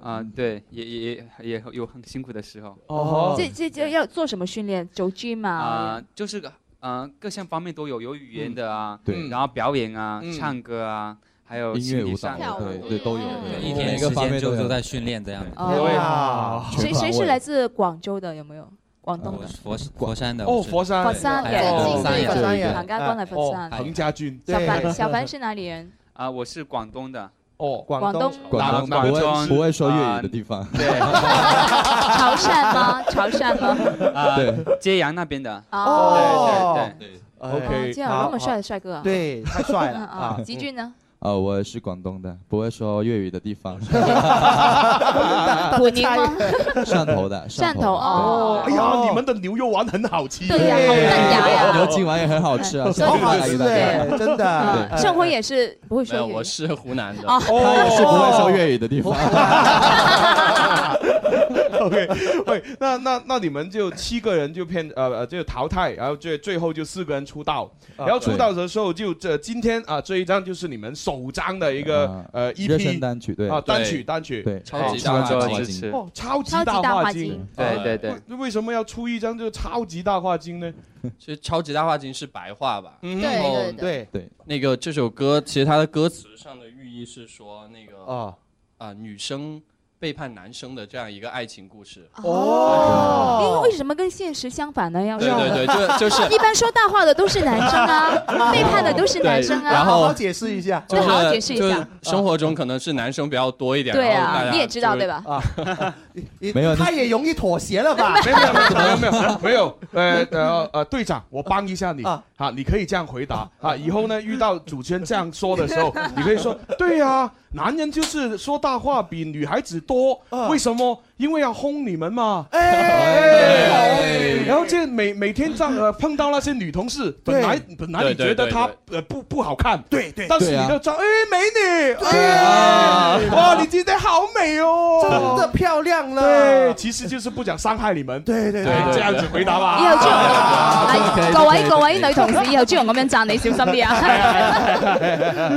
O: 啊，对，也也也也有很辛苦的时候。
N: 哦
G: 哦这这这要做什麼訓練？做 gym 啊
O: 啊？，就是个啊，各项方面都有，有语言的
G: 嗯
O: 啊，
C: 对
O: 然后表演啊
C: 嗯，
O: 唱歌啊，还
C: 音
O: 有
C: 乐、
O: 心理
C: 舞
O: 上
C: 蹈，
O: 的
C: 对对都有，对
N: 一天
C: 每个
N: 时
C: 方面
N: 间就
C: 有
N: 都在训练这样子。
G: 哦
C: 哇
G: 誰誰是來自廣州的？有沒有？廣東的？
N: 呃佛佛山的
F: 哦
N: 我是
F: 佛山
G: 佛山人
N: 哎
G: 佛山人
N: 佛山人
G: 唐家軍係佛山人
F: 彭家俊，
G: 小凡小凡是哪裡人？
O: 啊，我是广东的。嗯
F: 哦，
G: 廣東
O: 哪
C: 广东
O: 哪
C: 不
O: 个
C: 会
O: 庄？
C: 不会说粤语的地方，
G: 潮汕嗎？潮汕嗎？
O: 啊
C: 对，
O: 揭阳那边的。
G: 哦
O: 对对对
H: 哎
G: 哦这样那么帅的帅哥啊！
H: 对太帅了啊
G: 嗯吉俊呢？
C: 啊，我是广东的，不会说粤语的地方，
G: 普宁吗？
C: 汕头的，
G: 汕头哦。
F: 哎呀，你们的牛肉丸很好吃，
G: 对呀好嫩芽呀嗯
C: 牛筋丸也很好吃啊，
G: 真好
C: 下次
G: 吃
C: 带给大家
G: 哎真
C: 对
G: 啊盛辉也啊是不会
M: 没
G: 说
M: 有，
G: 粤
M: 我
G: 語。
M: 是湖南的。
G: 哦
C: 是不会说粤语的地方。
F: OK，喂，那那那你们就七个人就骗呃呃就淘汰，然后最最后就四个人出道，
P: 啊
F: 然后出道的时候就这今天啊这一张就是你们首张的一个呃
D: 啊热身
F: EP
D: 单曲对
F: 啊单曲单曲
D: 对，啊
F: 超级
D: 大
F: 大
D: 花
F: 花
D: 精
F: 精哦超级大花精啊
Q: 对对对，
F: 为为什么要出一张就超级大话精呢？
M: 其实超级大话精是白话吧？
F: 嗯
M: 然后
F: 对对
D: 对，
M: 那个这首歌其实它的歌词上的寓意是说那个
F: 啊
M: 啊女生背叛男生的这样一个爱情故事。
G: 哦因
F: 哦
G: 为为什么跟现实相反呢？要
M: 对对 对就就是
G: 一般说大话的都是男生 啊，背叛的都是男生啊。
M: 然后
H: 释一下
M: 就是
G: 好好解释一下
M: 就是生活中可能是男生比较多一点，
G: 对
M: 然后大
G: 啊，
M: 家
G: 你也知道
M: 就
G: 对 吧？
D: 没有
H: 他也容易妥协了吧？
F: 没有没有没有没有没有，呃呃呃，队长，我帮一下你
H: 啊
F: 啊，你可以这样回答啊，以后呢遇到主持人这样说的时候，你可以说，对呀、男人就是说大话比女孩子多，为什么？因为要轰你们嘛。哎，然后这每每天这样呃碰到那些女同事，本来本来你觉得她呃不不好看，对对但是你就装哎美女，哎，哇，你今天好美哦，
H: 真的漂亮了。
F: 对，其实就是不想伤害你们。对对
M: 对
F: 这样子回答吧。
G: 以後朱紅
F: 啊
G: 哎各位各位女同事，以后朱容咁樣讚你小心啲啊！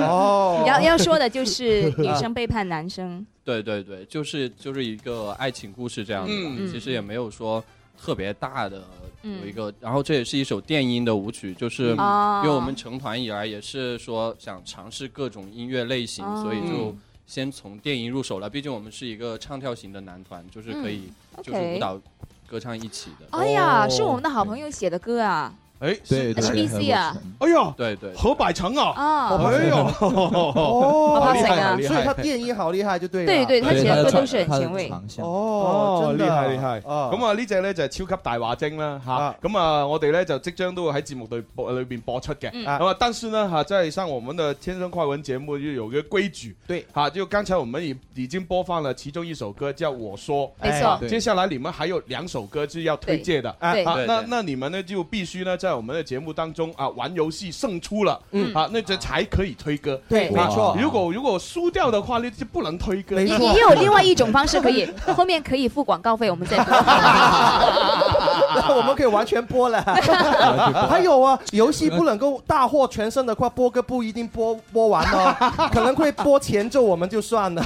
H: 哦
G: 要 要说的就是女生背叛男 生，
M: 对对对，就是就是一个爱情故事这样子吧，
G: 嗯嗯
M: 其实也没有说特别大的
G: 嗯
M: 有一个，然后这也是一首电音的舞曲，就是
G: 嗯哦
M: 因为我们成团以来也是说想尝试各种音乐类型，
G: 哦
M: 所以就
G: 嗯
M: 先从电音入手了。毕竟我们是一个唱跳型的男团，就是可以、
G: 嗯
M: 就是
G: OK
M: 舞蹈歌唱一起的。
G: 哎
F: 哦
G: 呀，是我 们的好朋友写的歌啊，
F: 哎，
D: 对对
G: HBC 啊，
F: 哎呦，
M: 对对，
F: 何百成啊，
G: 啊，
F: 哎呦，
H: 哦
F: 哦
H: 好
F: 厉害好厉
H: 所以
F: 害
H: 他电音好厉害，就啊对了。
G: 对对他寫的歌都是很
D: 他的
G: 前衛
D: 長項
H: 哦，真
F: 厲
H: 的
F: 害厲害！
H: 啊
F: 咁啊呢只咧就係超級大話精啦嚇，咁啊我哋咧就即將都會喺節目裏播裏邊播出嘅。
H: 嗯
F: 咁啊，但是呢哈，在上我們的《天生快文》節目就有個規矩，
H: 對
F: 哈，就剛才我們已已經播放了其中一首歌叫《我說》，
G: 沒錯
F: 啊
G: 對
F: 接下來你們還有兩首歌是要推薦的，
G: 對對
F: 啊
G: 對
F: 那那你們呢就必須呢在我們的節目當中啊玩遊戲勝出了，
H: 嗯
F: 啊那這才可以推歌，
H: 對
F: 啊
H: 沒錯
F: 如果如果輸掉的話呢就不能推歌，
G: 你你也有另外一种方式可以，后面可以付广告费，我们再 播。
H: 那我们可以完全播了。还有啊，游戏不能够大获全胜的话，播歌不一定播播完 哦，可能会播前奏，我们就算了。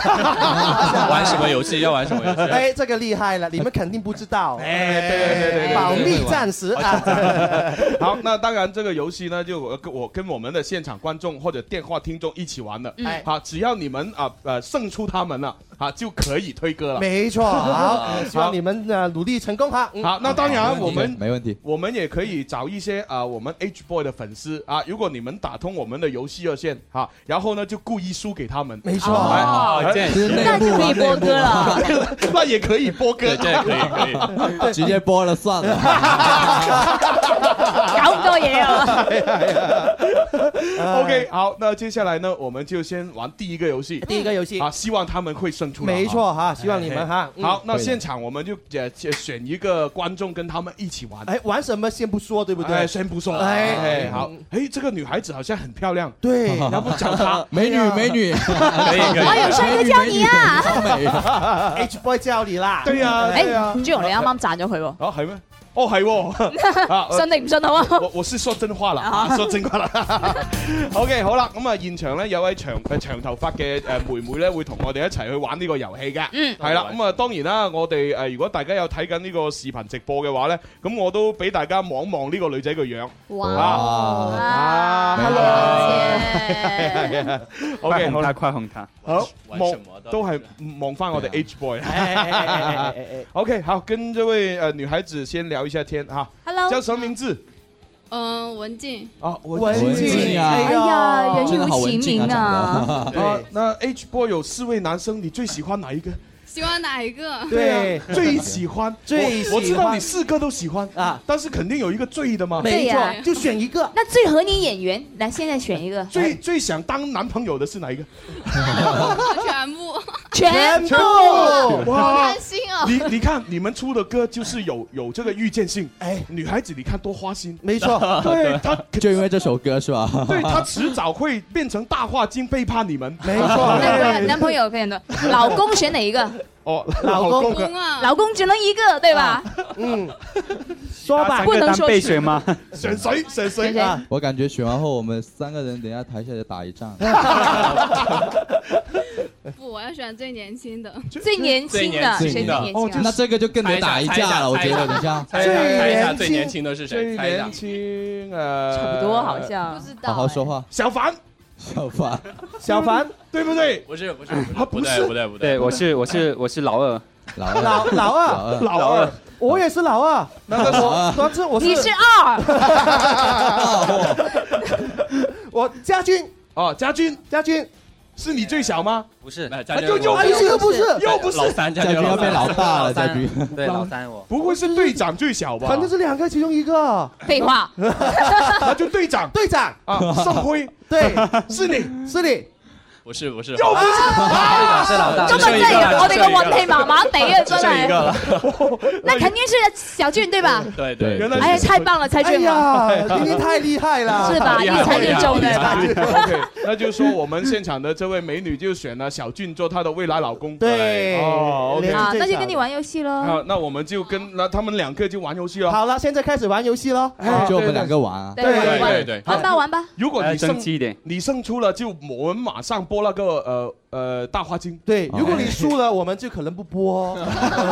M: 玩什么游戏？要玩什么游戏？
H: 哎，这个厉害了，你们肯定不知道。
F: 哎，对对对对对，
H: 保密暂时啊。
F: 好，那当然这个游戏呢，就我跟我跟我们的现场观众或者电话听众一起玩了。
H: 嗯
F: 好，只要你们啊呃胜出他们了，啊就可以推歌了。
H: 啊没 错，好，希望
F: 好
H: 你们呃努力成功哈。嗯
F: 好，那当然我们
D: 没问题。
F: 我们也可以找一些啊、我们 H Boy 的粉丝啊，如果你们打通我们的游戏热线哈、然后呢就故意输给他们，
H: 没错
G: 哦
F: 哎哎
D: 这是内幕啊，内幕啊，
F: 那也可以播歌，
M: 这也可以可以。
D: 直接播了算了。
G: 搞咁多嘢啊！
H: 哎
F: OK，好，那接下来呢，我们就先玩第一个游戏。
H: 嗯第一个游戏
F: 啊，希望他们会胜出。
H: 没错哈，希望你
F: 哎
H: 们哈。嗯
F: 好，那现场我们就呃选一个观众跟他们一起玩。
H: 哎，玩什么先不说，对不
F: 哎，
H: 对？
F: 先不说。
H: 哎
F: 哎，哎好，哎，这个女孩子好像很漂亮，
H: 对，
F: 要不 找 她
D: 美女，美 女，
M: 可以可以
G: 我有帅哥教你啊！
D: 好美。
H: H boy 教你啦。
F: 对呀，
G: 哎
F: 对呀，。
G: 朱容你啱啱赞咗佢
F: 啊，系咩？哦，系喎。啊
G: 喎，信定唔信好啊？
F: 哦我我是說真話 啦，說真話啦。OK，好啦，咁啊現場咧有位長誒長頭髮嘅誒呃妹妹咧會同我哋一齊去玩呢個遊戲嘅。
G: 嗯
F: 係啦，咁啊當然啦，我哋呃誒如果大家有睇緊呢個視頻直播嘅話咧，咁我都俾大家望望呢個女仔個樣。
D: 哇，
F: 啊
D: 明白
Q: 快
F: ，OK，
Q: 哄
F: 好
Q: 他，
F: 啦，
Q: 快哄他！
F: 好
M: 玩
F: 望
M: 什麼都
F: 都係望翻我哋 H boy
H: 哎哎哎哎哎哎哎
F: OK，好，跟這位誒女孩子先聊一下天哈。
A: Hello
F: 叫什麼名字？
A: 嗯，文靜，
F: 啊，我
H: 文
D: 文
H: 静
D: 靜啊
H: 哎
G: 哎呀，人
D: 真的好
G: 如
D: 文
G: 其
D: 静啊
G: 名啊！
D: 长得
F: 啊，那 H boy 有四位男生，你最喜歡哪一個？
A: 喜欢哪一个？
G: 啊
H: 对，
F: 最喜欢，
H: 最喜
F: 我我知道
H: 欢
F: 你四个都喜欢
H: 啊
F: 啊，但是肯定有一个最的嘛。
G: 对
H: 没
G: 呀
H: 错，就选一个。
G: 那最合你眼缘，来现在选一个，哎
F: 最最想当男朋友的是哪一个？
A: 全部，
G: 全
H: 部
A: 好
F: 哇
A: 开！心哦！
F: 你你看，你们出的歌就是有有这个预见性。
H: 哎，
F: 女孩子，你看多花心，
H: 没错，
F: 对她，
D: 就因为这首歌是吧？
F: 对她迟早会变成大话精背叛你们。
H: 没错，
G: 男朋友男朋友可以很多，老公选哪一个？
F: 哦，
G: 老
F: 公
G: 公啊老公只能一个，对吧？
H: 嗯，
G: 说不能说是？
M: 吗？
F: 上水上
G: 水 上水！
M: 我感觉选完后，我们三个人等一下台下就打一仗。
F: 啊
R: 不，我要选最年轻的，
G: 最年轻的，谁最年轻啊？
M: 那这个就更得打一架了，我觉得。等一下，
F: 最年轻呃，
M: 差不多好像
G: 不知
M: 好好说话。
F: 小凡，
M: 小凡，
H: 小凡，
F: 对不对？
S: 不是不是不
F: 是，啊不是
S: 不对不
O: 对，我是我是我是老二，
M: 老
H: 老老二，
O: 老二，，
H: 我也是老二。
F: 那个
H: 我当时我是
G: 你是二，
H: 我家军，
F: 哦，家军，
H: 家军，
F: 是你最小吗？
O: 哎不是，
F: 啊又又
H: 又又不是
F: 又不是
O: 老三家军
M: 大
O: 家军对老三我，
F: 不会是队长最小吧？
H: 反正是两个其中一个。
G: 废话，
F: 那就队长，
H: 队长
F: 啊，盛辉，
H: 对，
F: 是你，
H: 是你，
S: 不是不是，
F: 又不是，
G: 啊
S: 是老大
G: 今日真
S: 只剩一
G: 係
S: 個啦
G: 我哋
S: 只剩一個啦
G: 嘅運氣麻麻地啊，真
S: 剩一個
G: 係
S: 啦。
G: 那肯定是小俊對吧？
S: 对对，
F: 原
G: 哎呀，太棒了，蔡俊
H: 哎呀
G: 了，
H: 今天太厉害了
G: 是吧？
H: 厉
G: 越
H: 害
G: 猜越中的。
F: OK，那就说我们现场的这位美女就选了小俊做她的未来老公。
H: 对
F: 哦，OK，
G: 啊，那就跟你玩游戏
F: 啊
G: 喽，，
F: 那我们就跟那他们两个就玩游戏了。
H: 好了，现在开始玩游戏喽。
F: 哎，
M: 就我们
F: 对
M: 两个玩啊。
G: 对玩
F: 对
G: 玩
F: 对
G: 玩吧玩吧，
F: 如果
O: 呃
F: 你胜
O: 争气一点，
F: 你胜出了，就我们马上播那个呃呃大花精。
H: 对，如果你输了，我们就可能不播。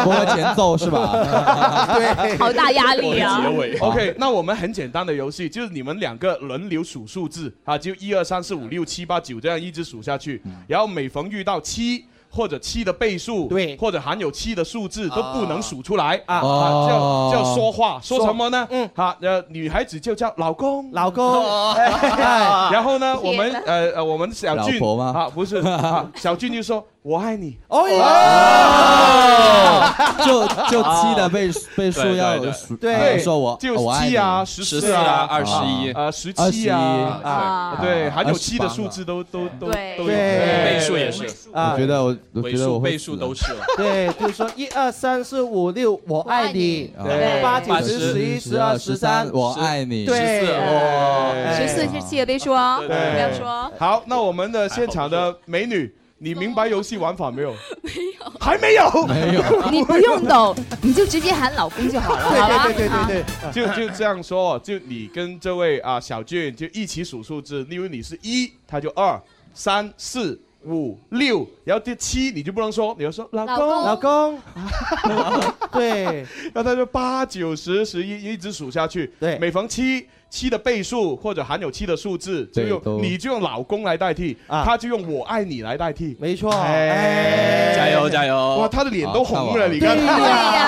M: 播个前奏是吧？
H: 对，
G: 好大压力啊！
F: 尾。OK，那 我们很简单的游戏，就是你们两个轮流数数字啊，就一二三四五六七八九这样一直数下去，然后每逢遇到七。或者七的倍数，
H: 对
F: 或者含有七的数字都不能数出来啊，啊
M: 哦
F: 叫叫说话，说
H: 说
F: 什么呢？嗯，好，呃，女孩子就叫老公，
H: 老公，
F: 哎然后呢，
G: 天
F: 我们
G: 哪
F: 呃呃，我们小俊
M: 老婆吗
F: 啊，不是，啊小俊就说我爱你，
H: 哦
F: 哦
H: 哟，
M: 就就七的倍倍数
S: 对对
M: 要
S: 对
M: 数，
H: 对
M: 呃说我
F: 啊就
M: 我爱
F: 七
M: 你
F: 啊，
S: 十
F: 四
S: 四啊，
F: 啊，
S: 二十一，
F: 呃，十
M: 二
F: 七
M: 十
F: 啊，
M: 一。
G: 啊，
F: 对，
M: 啊
F: 含有
M: 28
F: 七的数字都都都都
G: 对
F: 有，
H: 对
S: 倍数也是，
H: 啊
M: 我觉得我我
S: 尾
M: 觉得
S: 数
M: 我
S: 倍
M: 会
S: 数
M: 死的
S: 都是了。
H: 对，就是说一二三四五六，我爱你
M: 我爱你。
H: 对，
G: 对
H: 八九
S: 八
H: 十
S: 十
H: 十一十二十三，
M: 我爱你。
S: 14
H: 对，哦
G: 十四是七的倍数哦，
S: 对
G: 不
F: 哎对
G: 要说。
F: 好，那我们的现场的美女，你明白游戏玩法没有？没有，还没有，
M: 没有，
G: 你不用懂，你就直接喊老公就好了，好吧？
H: 对对对对
G: 啊
H: 对对，
F: 就就这样说，就你跟这位啊小俊就一起数数字，例如你是一，他就二三四。五六，然后第七你就不能说，你要说老
G: 老
F: 公
G: 公，
H: 老公， 对
F: 那他就八九十十一一直数下去，
H: 对
F: 每逢七七的倍数或者含有七的数字，就
M: 对都
F: 用你就用老公来代替，
H: 啊
F: 他就用我爱你来代替。
H: 没错，
F: 哎
S: 加油加
F: 哇，
S: 油！
F: 他的脸都红
M: 好
F: 了，
M: 看
F: 你
H: 对
F: 看。
H: 呀，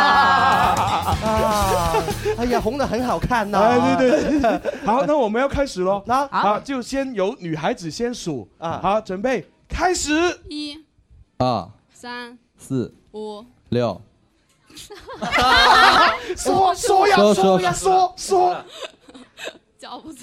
H: 啊，哎呀，红的很好看呐，
F: 哎，对对， 好，那我们要开始喽。
H: 那
F: 好，就先由女孩子先数
H: 啊
F: 啊，好，准备开始。
R: 一、
M: 二
R: 三、
M: 四
R: 五，
M: 六，
F: 说说呀
M: 说
F: 说呀说
M: 说
F: 说，
R: 叫不出，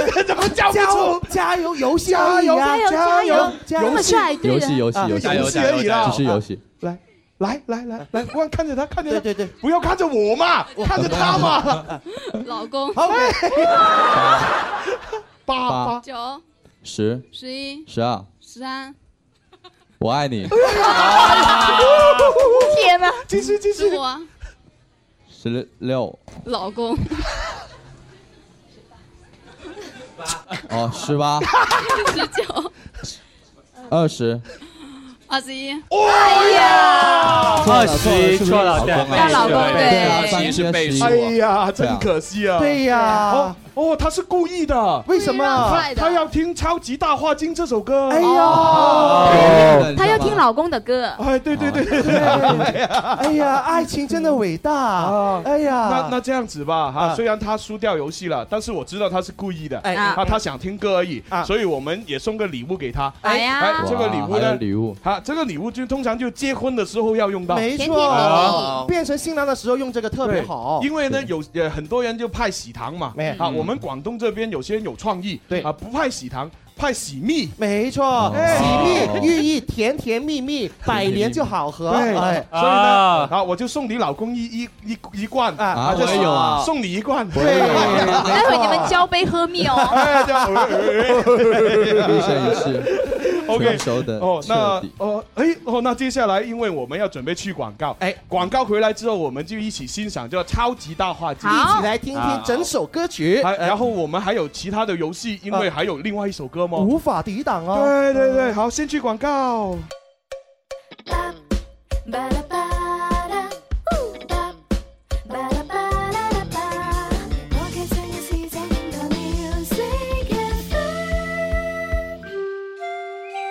F: 怎么叫
H: 加
F: 不
H: 油
F: 出？
H: 加油，游戏
F: 加油
H: 啊
G: 加油
H: 加
G: 加油
H: 加
G: 那
H: 油
G: 么！
D: 哎
G: 帅，对
M: 游
G: 的
M: 戏。游戏
H: 啊
M: 游戏
S: 加，油
F: 游戏
S: 加
F: 而
S: 油
F: 已
S: 加
F: 啦
M: 这
S: 油！
M: 是游戏。
F: 来来来来来，我看着他，看着
H: 对
F: 他，
H: 对对，
F: 不要看着我嘛，看着他嘛。
R: 老公，
H: 好，
G: 哎
F: 八八，
R: 九、
M: 十
R: 十一、
M: 十二，
R: 十三、
M: 我爱 你。
G: 哎天哪！
F: 继续继
R: 十
F: 续
R: 五，，啊
M: 十六，
R: 老公，
M: 哦，十八，
R: 十九、
M: 二十，
R: 二十一，
G: 哎呀，
M: 二十错了，错了
G: 大老公对
M: 三
S: 是
M: 缺
S: 倍
M: 十一
S: 数
F: 哎呀，真可惜啊。
H: 对
F: 哦
H: 呀，
F: 哦，他是故意的，
H: 为什么？
R: 快
F: 他
R: 的，
F: 要听《超级大话精》这首歌。
H: 哎呀，
G: 她要听老公的歌，
F: 哎，对对对对对。
H: 哎呀，爱情真的伟大
F: 啊！
H: 哎呀，
F: 那那这样子吧，哈、
H: 啊
F: 虽然他输掉游戏了，但是我知道他是故意的，
H: 哎
G: 啊
F: 啊，他想听歌而已，
H: 啊
F: 所以我们也送个礼物给他。
G: 哎呀，
F: 这个礼物呢
M: 还有礼物，
F: 哈、这个礼物就通常就结婚的时候要用到，
H: 没
G: 甜甜蜜
H: 错，
S: 啊
H: 变成新郎的时候用这个特别好。
F: 因为呢有呃很多人就派喜糖嘛，
H: 没嗯
F: 啊，我们广东这边有些人有创意，
H: 对
F: 啊，不派喜糖，派喜蜜。
H: 没错，
F: 哎
H: 喜
M: 哦
H: 蜜寓意甜甜蜜蜜，百年就好合。
F: 对，
H: 哎，
F: 所以呢，啊，我就送你老公一一一一罐
H: 啊
M: 啊
F: 就
M: 我也有啊
F: 送你一罐，
H: 对，
G: 哎待
F: 哎
G: 会你们交杯喝蜜哦。
F: 哎，这样
M: 一生一世，
F: OK， OK，
M: 成 熟的
F: 哦，那
M: 彻底
F: 哦，哎哦，那接下来因为我们要准备去广告，哎，广告回来之后，我们就一起欣赏叫《超级大话题》，
H: 好一起来听听
F: 啊
H: 整首歌曲
F: 还
H: 呃
F: 然后我们还有其他的游戏，因为
H: 啊
F: 还有另外一首歌吗？
H: 无法抵挡哦。
F: 对对对，好，先去广告。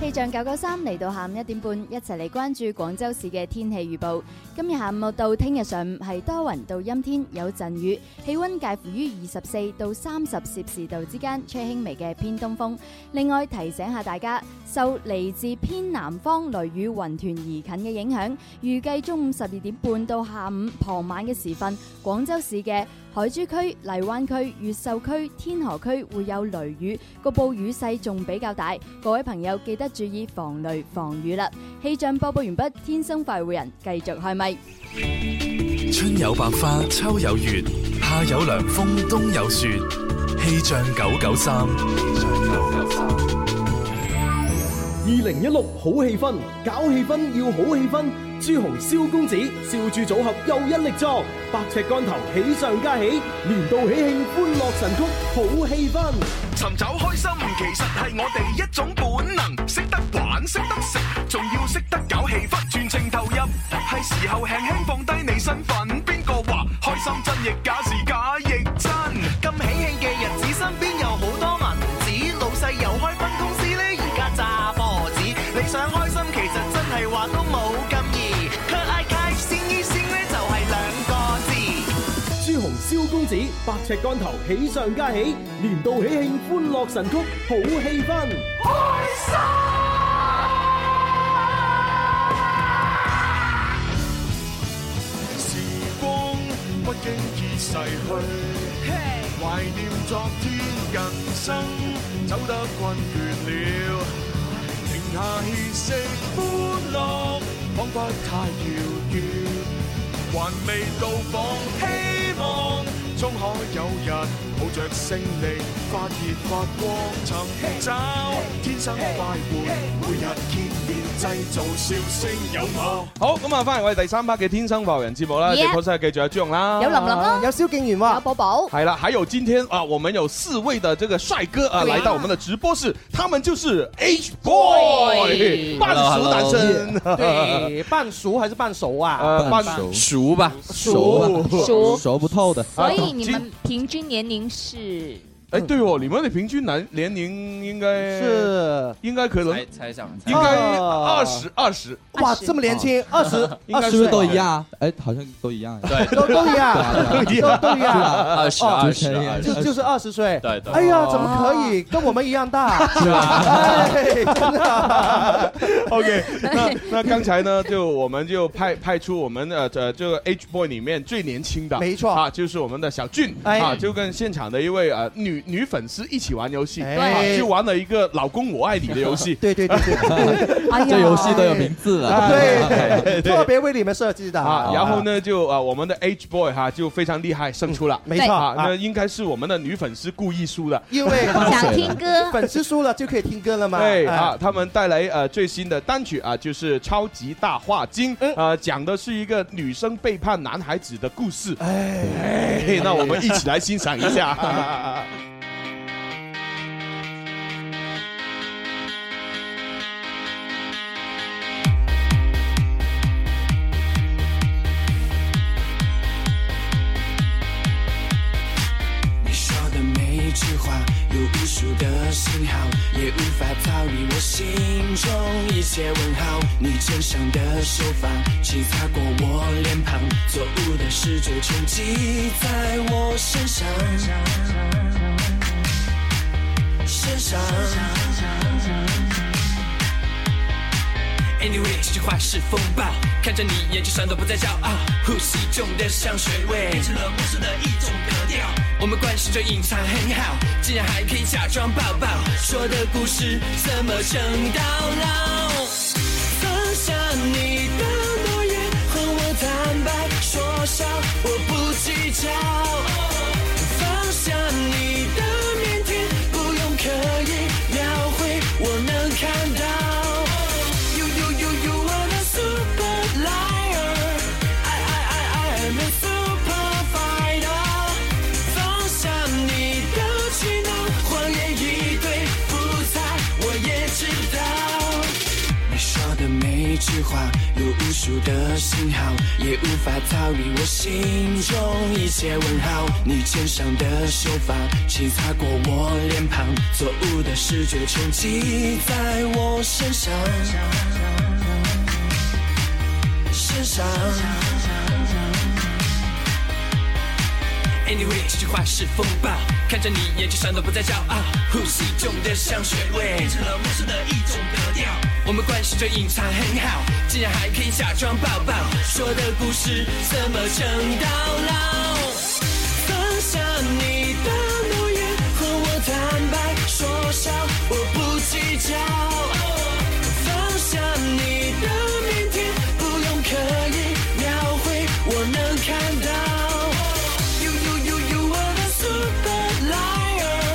A: 氣象九九三嚟到下午一點半，一齊嚟關注廣州市嘅天氣預報。今日下午到聽日上午係多雲到陰天，有陣雨，氣温介乎於二十四到三十攝氏度之間，吹輕微嘅偏東風。另外提醒下大家，受嚟自偏南方雷雨雲團移近嘅影響，預計中午十二點半到下午傍晚嘅時分，廣州市嘅海珠區、荔灣區、越秀區、天河區會有雷雨，個暴雨勢仲比較大，各位朋友記得注意防雷防雨啦。氣象播報完畢，天生快活人繼續開咪。
B: 春有百花，秋有月，夏有涼風，冬有雪。氣象九九三，
C: 二零一六好氣氛，搞氣氛要好氣氛。朱紅、蕭公子、笑住組合又一力作，百尺竿頭喜上加喜，年度喜慶歡樂神曲好氣氛。
T: 尋找開心其實係我哋一種本能，識得玩，識得食，仲要識得搞氣氛，全情投入。係時候輕輕放低你身份，邊個話開心真亦假，是假亦真。咁喜慶嘅日子，身邊有好多銀紙，老細又開分公司呢，而家揸波子。你想開心，其實真係話都冇咁易。卻嗌街先依先呢，就係兩個字。
C: 朱紅、蕭公子，百尺竿頭喜上加喜，年度喜慶歡樂神曲好氣氛。
T: 時光不經意逝去，懷念昨天，人生走得困倦了，停下歇息，歡樂彷彿太遙遠，還未到訪，希望終可有日抱着勝利發熱發光，尋找天生快活，每日見面製造笑聲有我。
F: 好，咁啊，翻嚟我哋第三 part 嘅天生浮人節目啦，直
H: Yeah
F: 播室繼續有朱容啦，
H: 有林林啦，啊有蕭敬元喎，有
A: 寶寶。
F: 系啦，还有今天啊，我们有四位的这个帅哥啊，
H: 对啊
F: 来到我们的直播室，他们就是 H
H: Boy
F: Boy 半熟男生，
H: 对，半熟还是半熟啊？
F: 呃半熟
U: 熟吧，
F: 熟
G: 熟
M: 啊熟不透的。
G: 所以你们平均年龄是
F: 哎，
H: 嗯
F: 对哦，你们的平均男年龄应该
H: 是哦
F: 应该可能
U: 猜想，
F: 应该二十二十，啊
H: 哇，这么年轻，二十，
M: 应该是不是都一样？啊？哎，好像都一样。
U: 对
H: 都都一样，
M: 对啊
H: 都都一样，
U: 二十
H: 哦
U: 二十二
H: 就
U: 十，
H: 就是二十岁。
U: 对对
H: 哎呀，怎么可以跟我们一样大？
F: 哦 是吧
H: 哎真的。
F: OK，那那刚才呢，就我们就派派出我们的呃这个 H boy 里面最年轻的，
H: 没错
F: 啊，就是我们的小俊，
H: 哎
F: 啊，就跟现场的一位呃女女粉丝一起玩游戏，
H: 哎
F: 啊，就玩了一个“老公我爱你”的游戏，
H: 对对对 对哎呀这游戏都有名字了
F: 啊
H: 对对特别为你们设计的
F: 啊，然后呢，就啊，我们的 H boy 哈就非常厉害，胜出了，
H: 没错啊
F: 啊，那应该是我们的女粉丝故意输的，
H: 因 为歌，粉丝输了就可以听歌了嘛。
F: 对
H: 哎
F: 啊，，他们带来呃最新的单曲啊，就是《超级大话精》，呃，讲的是一个女生背叛男孩子的故事。哎，那我们一起来欣赏一 下。
D: 你说的每一句话，有无数的信号，也无法逃离我心中一切问号。你肩上的秀发，轻擦过我脸庞，错误的事就沉积在我身上，身上。 Anyway，这句话是风暴，看着你眼睛闪躲不再骄傲，呼吸中的香水味变成了陌生的一种格调。我们关系就隐藏很好，竟然还可以假装抱抱，说的故事怎么成到老？放下你的诺言，和我坦白说笑，我不计较。放下你的腼腆，不用刻意描绘，我能看到。You you you you are a super liar, I I I I am a super fighter。放下你的气恼，谎言一堆不睬，我也知道。你说的每一句话有无数的信号，也无法逃离我心中一切问号。你肩上的秀发轻擦过我脸庞，错误的视觉冲击在我身上，身上。Anyway，这句话是风暴，看着你眼睛闪躲不再骄傲，呼吸中的香水味变成了陌生的一种格调。我们关系就隐藏很好，竟然还可以假装抱抱，说的故事怎么成到老？放下你的诺言，和我坦白说笑，我不计较。放下你的腼腆，不用刻意描绘，我能看到。You you you you are the super liar.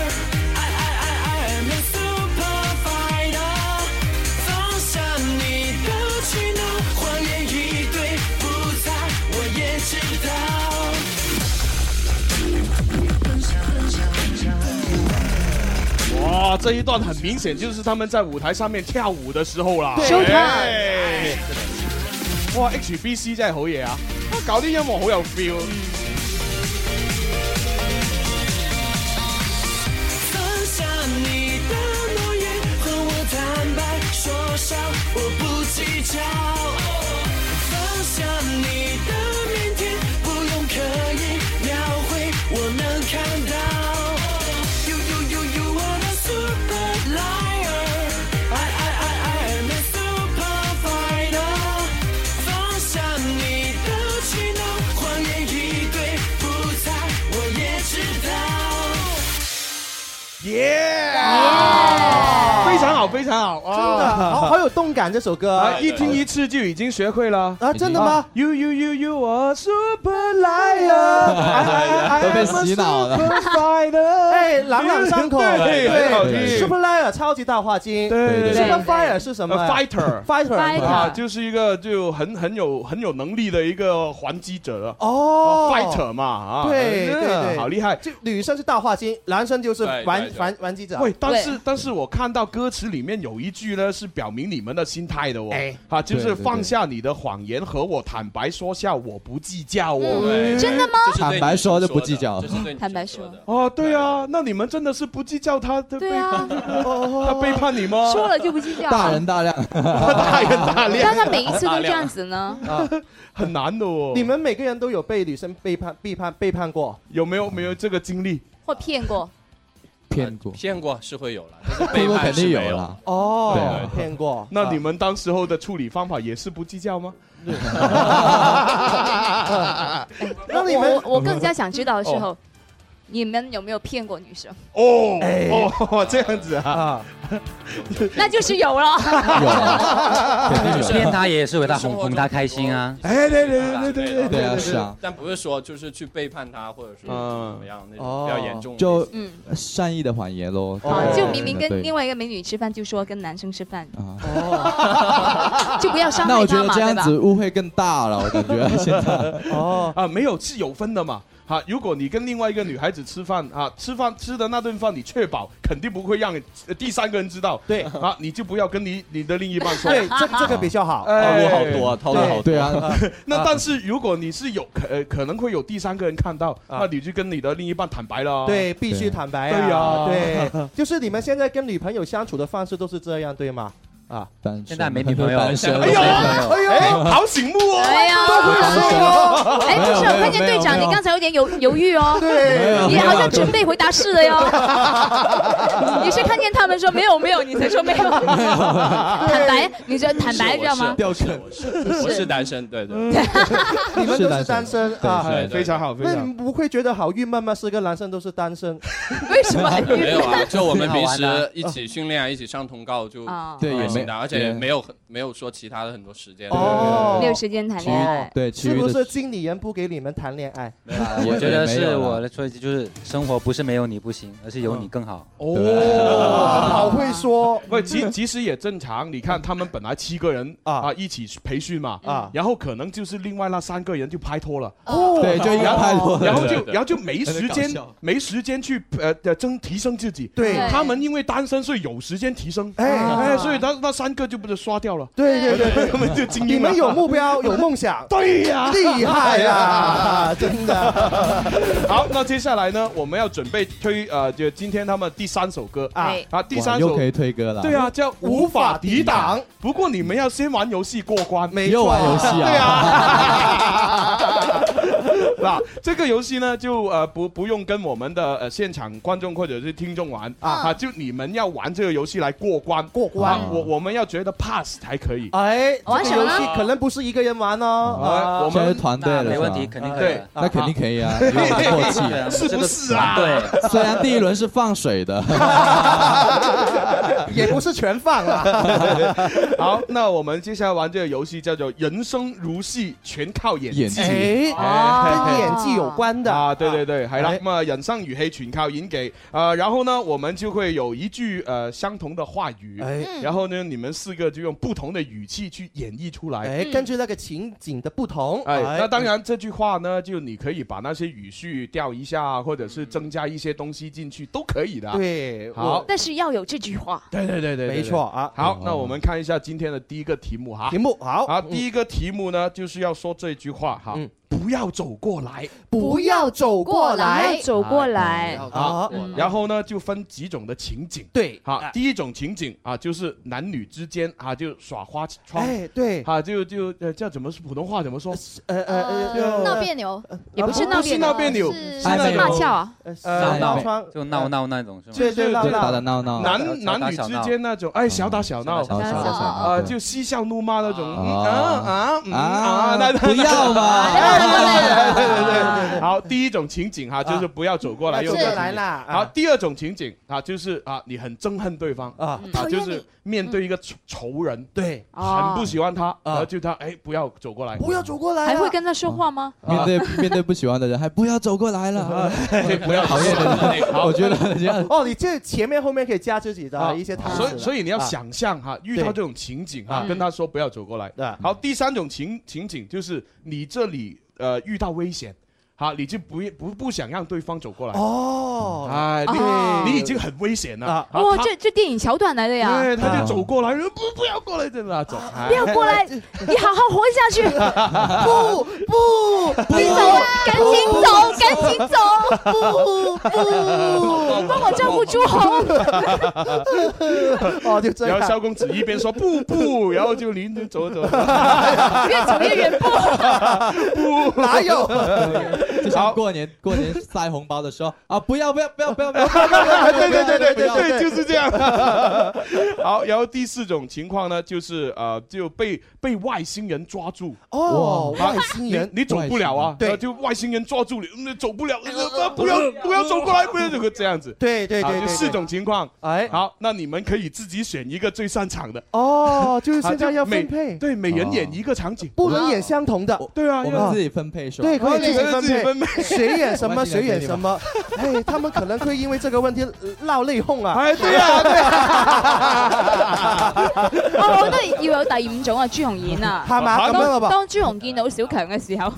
D: I I I I am a super fighter. 放下你的气恼，谎言一堆不睬，我也知
F: 哇，这一段很明显就是他们在舞台上面跳舞的时候啦。
E: 对 Showtime
F: 哎哇，HBC 真係好嘢啊！啊搞啲音樂好有 feel。
D: 放下你的诺言，和我坦白说笑，我不计较。放下你的腼腆，不用刻意描绘，我能看到。You you you you are a super liar, I I I I am a super fighter。放下你的气恼，谎言一堆不睬，我也知道。
F: 耶！非常好，非常好，真
H: 真的好好有动感这首歌
F: 啊，一听一次就已经学会了
H: 啊真的吗
F: ？You you you you are super
H: 哎
F: 哎 liar，
H: 都被洗脑了哎，朗朗上口，
F: 对很好听
H: ，Super Liar 超级大话精，
F: 对对对
H: ，Super Fire 是什么
F: 呃，fighter
H: ？Fighter
F: 啊，就是一个就很很有很有能力的一个还击者
H: 哦
F: ，fighter 嘛啊，
H: 对对
F: 真的
H: 对，
F: 好厉害。
H: 就女生是大话精，男生就是
F: 对对
H: 玩
F: 对
H: 玩玩机啊者。
F: 喂，但是但是我看到歌词里面有一句呢，是表明你们的心态的哦
H: 哎，
F: 啊，就
H: 对
F: 是
H: 对对
F: 放下你的谎言和我坦白说笑，我不计较哦
A: 嗯。真的吗这是对
M: 坦白说就不计较。
A: 坦白说，
F: 哦，对啊，那你们真的是不计较他的背叛， 他背叛你吗？
G: 说了就不计较。
M: 大人大量，
F: 大人大量，
G: 但他每一次都这样子呢？
H: 啊，
F: 很难的哦。
H: 你们每个人都有被女生背叛、背叛、背叛过？
F: 有没有没有这个经历？
G: 或骗过？
M: 骗过，
S: 骗过是会 有了，但是背
M: 过
S: 叛
M: 肯定
S: 是
M: 有
S: 没有
M: 啦。
H: 哦
M: 对啊
H: 骗过。
F: 那你们当时候的处理方法也是不计较吗？
H: 那你
G: 我
H: 们
G: 我我更加想知道的时候
F: 哦，
G: 你们有没有骗过女生？
F: 哦哦， 这样子啊，
G: 那就是有了。
M: 啊
O: 哦
V: 骗他也是为他哄哄他开心啊。
F: 哎，对对对对对
M: 对啊是啊，
S: 但不是说就是去背叛他，或者是怎
M: 嗯
S: 么样那
O: 哦
S: 种比较严重的。
M: 就
G: 嗯
M: 善意的谎言咯。
G: 啊，就明明
M: 对
G: 跟另外一个美女吃饭，就说跟男生吃饭，
M: 哦，
G: 就不要伤
M: 那
G: 害
M: 我觉
G: 他
M: 得
G: 嘛，
M: 这
G: 对
M: 样
G: 吧？
M: 子误会更大了，我感 觉现在。
F: 哦啊，没有是有分的嘛。哈，如果你跟另外一个女孩子吃饭啊，吃饭吃的那顿饭，你确保肯定不会让呃第三个人知道。
H: 对
F: 啊，你就不要跟你你的另一半说。
H: 对这这个比较好
F: 哎
H: 套路好多啊套路好多对啊
F: 那但是如果你是有可呃可能会有第三个人看到，那你就跟你的另一半坦白了。
H: 啊对，必须坦白啊
F: 哦对呀
H: 啊！对，就是你们现在跟女朋友相处的方式都是这样，对吗？
F: 啊，
M: 单
U: 现在没女朋友
M: 单身
U: 哎呦
F: 哎呦，好醒目哦！
G: 哎呀，
F: 都会说啊
G: 哎，但是我看见队长，你刚才有点犹犹豫哦，
F: 对
G: 你好像准备回答是 的哟。你是看见他们说没有没有，你才说没有。坦白，你觉得 坦白知道吗？
M: 掉坑，
S: 我是单身，对对。
H: 你们都是单身
S: 对
H: 啊，
S: 对对非常好非常好
H: 那你不会觉得好郁闷吗？四个男生都是单身，
G: 为什么
S: 没有啊，就我们平 时一起训练啊，一起上通告就
G: 啊
M: 对
S: 开心
M: 也没
S: 的，而且也
M: 也
S: 没有很没有说其他的很多时间。
H: 哦
G: 没有时间谈恋爱。
M: 对，其
H: 是
M: 余
H: 不
M: 的
H: 是经理人不给你们谈恋爱？
F: 啊
U: 我觉得
M: 也没
U: 是
M: 有啦
U: 我来说一句，就是生活不是没有你不行，而是有你更好。
H: 哦， 好会说，
F: 喂，其其实也正常。你看他们本来七个人啊一起培训嘛，
H: 啊
F: 然后可能就是另外那三个人就拍拖了，
H: 哦
M: 对就应该
F: 然后
M: 拍拖了
F: 然后就
M: 对
F: 然后就没时
M: 有点
F: 间
M: 搞笑
F: 没时间去呃呃增提升自己。
H: 对对
F: 他们因为单身，所以有时间提升，
H: 哎
F: 哎，
H: 哎
F: 所以那那三个就不是刷掉了。
H: 对对对，
F: 他们就精
H: 你
F: 英了。
H: 们有目标，有梦想，
F: 对呀
H: 厉害啊呀，真的。
F: 啊好，那接下来呢，我们要准备推呃，就今天他们第三首歌啊
G: 对，
F: 啊，第三
M: 哇
F: 首
M: 又可以推歌了。
F: 对啊，，叫无法抵挡。不过你们要先玩游戏过关，
H: 没
M: 又玩游戏啊
F: 对 啊。嗱，这个游戏呢，就呃不不用跟我们的呃现场观众或者是听众玩啊，啊就你们要玩这个游戏来过关，过
H: 关
F: 我我们要觉得 pass 才可以。啊
H: 哎，这
G: 玩
H: 个
G: 什么
H: 游戏可能不是一个人玩哦。
F: 我
M: 现在是
F: 们啊
M: 团队了，
U: 没
M: 是
U: 问
M: 吧
U: 题，肯定可以
F: 对
U: 的。
M: 那肯定可以啊，有默契。
U: 对啊
F: 是不是啊
U: 这个
M: 虽然第一轮是放水的，
H: 啊也不是全放 啦。
F: 好，那我们接下来玩这个游戏叫做“人生如戏，全靠演技
M: 演”。技
H: 哎，跟演技有关的
F: 啊，对对对，系啦，
H: 哎
F: 咁啊，人生如戏，全靠演技。啊，然后呢，我们就会有一句呃相同的话语，
H: 哎
F: 然后呢，你们四个就用不同的语气去演绎出来。
H: 哎，根据那个情景的不同，
F: 嗯哎，那当然，这句话呢，就你可以把那些语序调一下，或者是增加一些东西进去，都可以的。，
H: 对，
F: 好，
G: 但是要有这句话。
F: 对对对对，对
H: 没错。啊。
F: 对好，那我们看一下今天的第一个题目哈
H: 题。目好
F: 啊，第一个题目呢，就是要说这句话哈
H: 嗯，
F: 不要走过来。
H: 不要走过来
G: 要走过
F: 哎
G: 来。
H: 啊！
G: 嗯
F: 然后呢，就分几种的情景。
H: 对，啊
F: 好，第一种情景啊，就是男女之间啊，就耍花窗，
H: 哎，对，
F: 啊，就就呃，叫怎么普通话怎么说？
H: 呃啊呃
A: 呃
H: 呃，
A: 闹别扭，
G: 也不是
F: 哎不
G: 闹
F: 是
G: 别
F: 闹
G: 扭，
F: 别扭，
A: 是
F: 是那
G: 骂
F: 种
G: 俏啊。
H: 哎
F: 哎
H: 呃
U: 闹
H: 闹
U: 闹
H: 窗
U: 就闹，闹那种是吗？
H: 对对闹
M: 就打打
H: 闹，
M: 闹闹，
F: 男男女之间那种，哎，小打小闹。
M: 小小小
F: 啊，就嬉笑怒骂那种，嗯
M: 哦
F: 啊嗯啊，那
M: 啊，不要嘛，
F: 哎对对对对，好，第一种情景哈，就是不要走过来，
H: 又
F: 用
A: 是
F: 这个
H: 过来啦，
F: 好，第二种情景啊，就是啊，你很憎恨对方
H: 啊，
F: 啊，
A: 讨厌
F: 就
A: 你
F: 是面对一个仇仇人，
H: 对，
F: 很不喜欢他，然后
H: 啊
F: 就他哎，不要走过来，啊
H: 不要走过来啊，
G: 还会跟他说话吗？
M: 面对啊面对不喜欢的人，还不要走过来了，
F: 不要
M: 讨厌的人，我觉得这样
H: 哦，你这前面后面可以加自己
F: 啊
H: 的一些台词
F: 所
H: 了，
F: 以所以你要
H: 啊
F: 想象哈，遇到这种情景哈，
H: 嗯
F: 跟他说不要走过来。
H: 啊
F: 好，第三种情情景就是你这里呃遇到危险，好，你就不不不想让对方走过来，
H: 哦，
F: 哎，
G: 哦
F: 你你已经很危险了
H: 啊，
F: 好
G: 哇，
F: 他
G: 哦这这电影桥段来的呀！
F: 对，他就走过来，不不要过来的那种，哎
G: 不要过来，你好好活下 去，
H: 不不不
G: 你走，赶紧走，赶紧走，
H: 不不，
G: 帮我照顾朱 红。
H: 哦，就这
F: 然后萧
H: 样，
F: 公子一边说不 不，然后就临着走走，
G: 越走越远，不
H: 哪有？
M: 就像过年过年塞红包的时候啊，不要不要不要不要不要，对
F: 对对对对对，
H: 对
F: 就是这样。好，然后第四种情况呢，就是呃，就被被外星人抓住，
H: 哦，
F: 哇
H: 外星
F: 你
H: 人，
F: 你走不了啊，
H: 对
F: 然后就外星人抓住你，嗯你走不了，呃不要不要走过来，不要这个这样子。
H: 对对
F: 啊
H: 对
F: 就
H: 对，
F: 四种情况。
H: 哎，
F: 好，那你们可以自己选一个最擅长的，
H: 哦，就是
F: 啊
H: 现在
F: 就
H: 要
F: 每
H: 分配，哦
F: 对，每人演一个场景。
H: 不能演相同的，哦
F: 对啊，
M: 我
F: 因为
M: 们自己分配是吧？
H: 对，可以
F: 你
H: 自己
F: 可以
H: 分
F: 自己
H: 配，
F: 分 配。
H: 谁演什么
M: 我
H: 谁
M: 先来
H: 演什 么，哎，他们可能会因为这个问题闹内讧啊。
F: 哎，对啊，对啊，
G: 哦我我覺得要有第五種啊，朱紅演 啊。
H: 係嘛咁樣啊
G: 當
H: 嘛？
G: 當朱紅見到小強嘅時候，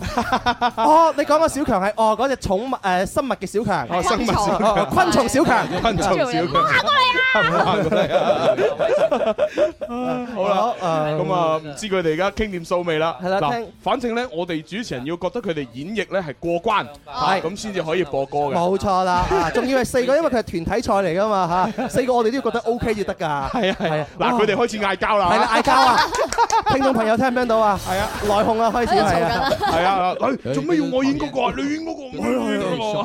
H: 哦，你講個小強係哦嗰只寵物誒生物嘅小強，
F: 哦，生物小
H: 哦昆蟲小強，
F: 昆蟲
G: 朱
F: 小
G: 紅
F: 強
G: 過嚟啊！
F: 好啦，咁啊，唔知佢哋而家傾掂數未啦？
H: 係啦
F: 嗱
H: 聽，
F: 反正咧，我哋主持人要覺得佢哋演繹咧係過關，係咁先至可以播歌嘅。
H: 冇錯啦，啊仲要係四個，因為佢係團體賽嚟噶嘛嚇，四個我哋都要覺得 O K 至得㗎。係
F: 啊係啊，嗱，佢哋開始 嗌交啦。
H: 係啦，嗌交 啊！聽眾朋友聽唔聽到啊？係啊，內訌啊，開始
U: 哎
H: 係啊，
F: 係啊，哎做咩要我演嗰個啊？你演嗰個唔係啊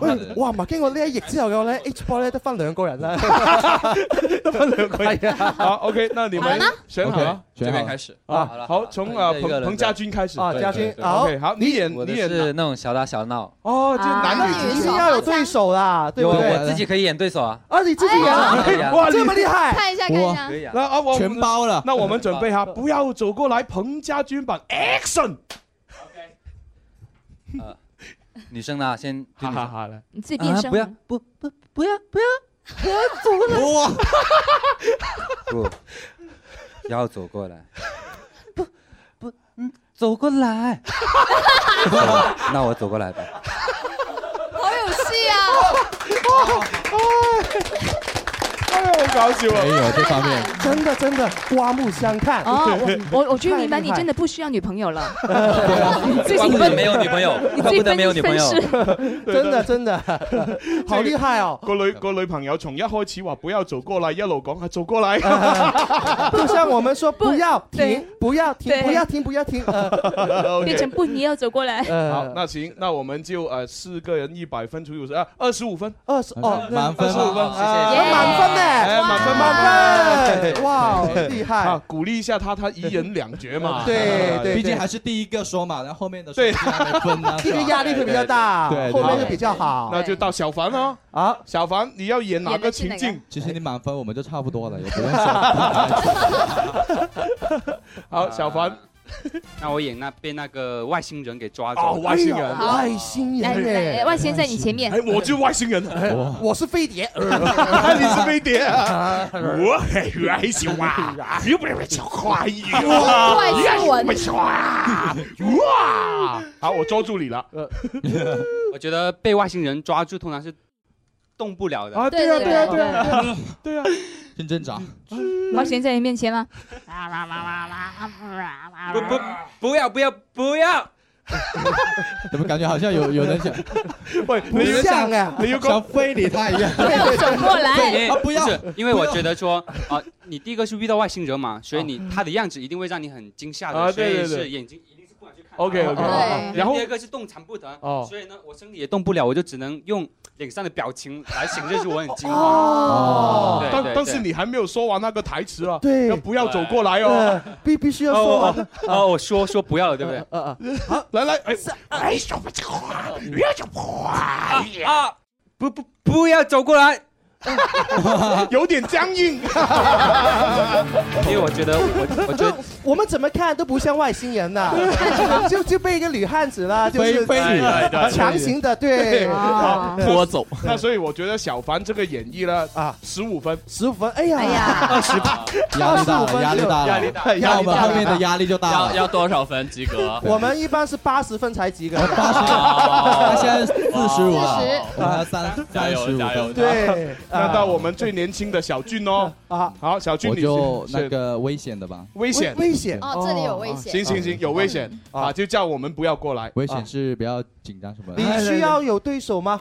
H: 哎哇！唔係經過呢一役之後嘅話咧，H boy 咧得翻兩個人啦。
F: 得分兩個人 好，OK，那你們選好了，
U: OK，選好了這邊開始
F: 啊
U: 好，了
F: 好，从
U: 好
F: 啊
U: 一
F: 彭
U: 个人
F: 彭家军开始
U: 啊家军好
F: OK，好，你演
U: 我
F: 你
U: 的
F: 演
U: 是那种小打小闹，
F: 哦，
H: 就
U: 男
H: 女之間要有對手啦，對
U: 我
H: 不對？
U: 我自己可以演对手啊。
H: 啊，你自己演啊
U: 哎呀，
H: 哇，這麼厲 害！
A: 看一下，
U: 看一
A: 下
U: 可以啊
F: 那啊，我
U: 全包了
F: 那我们准备哈，不要走过来，彭家军版 Action。
U: 女生呢，先好好
F: 好了，
U: 你
G: 自己变声
U: 不要不不不要不要不要走过来，不要走过 来，走过来，那我走过来吧。
A: 好有戏啊！
F: 哎呀，好搞笑啊！
U: 没有这方面
H: 真的真的刮目相看。
G: 哦，我我我终于明白你真的
H: 的
G: 不需要女朋友 了。
U: 怪不得没有女朋友，怪不得没有女朋友。
H: 真的真 的，好厲害哦！
F: 個女個女朋友從一開始話不要走過嚟，一路講下 做過嚟。
H: 就像我們說不要停，不要停，
G: 对
H: 不要停，不要停。
F: OK
G: 变成不，你要走过 来。
M: 呃
H: 呃
F: 好，那行，那我们就呃四个人一百分除以五十，啊二十五分，啊
H: 二十哦
F: 满分，二十五分，
H: 啊滿分呢
F: 哎满分
H: 哇
F: 满分，
H: 哇
M: 厲害
F: 啊！鼓勵一下他，他一人兩 角嘛，
M: 毕竟还是第一个说嘛，然后后面的
F: 对，
M: 分啊，
H: 这个压力会比较大，
M: 对对
H: 後面
M: 对
H: 就比較好。
F: 那就到小凡咯。
H: 啊，
F: 小凡，你要演哪個情境？
M: 其实你满分我们就差不多了，也不用
F: 好，小凡，
O: 那我演那被那个外星人给抓哎
F: 哦
O: 走，
F: 外星人
O: 好
H: 外星
G: 来来，来
H: 人，
G: 哎外星在你前面
F: 哎，。我就是外星人，
H: 我是飛 碟，
F: 你是飛碟啊，我很害羞啊，你啊不要讲话呀，
A: 外星文
F: 不说啊，哇！好，我抓住你了。
O: 呃 我觉得被外星人抓住通常是动不了的
F: 啊对啊对啊对啊对啊对啊，
M: 认真长。
G: 外星在你面前吗？
O: 不不不要不要不要，
M: 怎么感觉好像有有人想，
F: 喂，
O: 不像啊
F: 你要
M: 想非礼他一样，
O: 对
M: 啊不要
O: 是，因为我觉得说啊，你第一个是遇到外星人 嘛，所以你他的样子一定会让你很惊吓
F: 啊
O: 的，所
F: 对
O: 以
F: 对对
O: 是眼睛一定是不敢去看。啊
F: OK OK，然后
O: 第二个是动弹不得
F: 哦，
O: 所以呢，我身体也动不了，我就只能用脸上的表情来显示出我很惊
F: 哦
O: 慌。对
F: 但
O: 对
F: 但
O: 对
F: 是你还没有说完那个台词啊，
H: 对
F: 要不要走过来哦？
H: 必必須要
O: 哦
H: 說完
O: 哦哦哦，我说说不要了，对不对？
H: 啊
F: 啊，来来，哎，哎，说不讲话，不要讲话，
O: 啊，不不不要走过来，
F: 有点僵硬。
O: 因为我觉得我我觉得
H: 我们怎么看都不像外星人呐，就就被一个女汉子啦，就是
M: 非非礼
O: 对对对
H: 强行的 对，啊
F: 好
S: 拖走。
F: 那所以我觉得小凡这个演绎呢，啊，十五分，
H: 十五分，哎呀，
O: 二十
M: 压力大了，压力大了，
O: 压力大
M: 那我们后面的压力就大
S: 要
M: 了。
S: 要多少分及格？
H: 我们一般是八十分才及格，
M: 他现在四十五了，我们要三
S: 加
M: 三十
S: 油
M: 五
S: 加油！
M: 分。
H: 对，
F: 那到我们最年轻的小俊哦，
H: 啊，
F: 好，小俊
M: 我
F: 你
M: 就是那
F: 是
M: 个危险的吧，
F: 危险，
H: 危险
A: 哦，这里有危险。
F: 行行行，有危险啊，就叫我们不要过来。
M: 危
H: 啊
M: 险是不要紧张什么的
H: 你。需要有对手吗？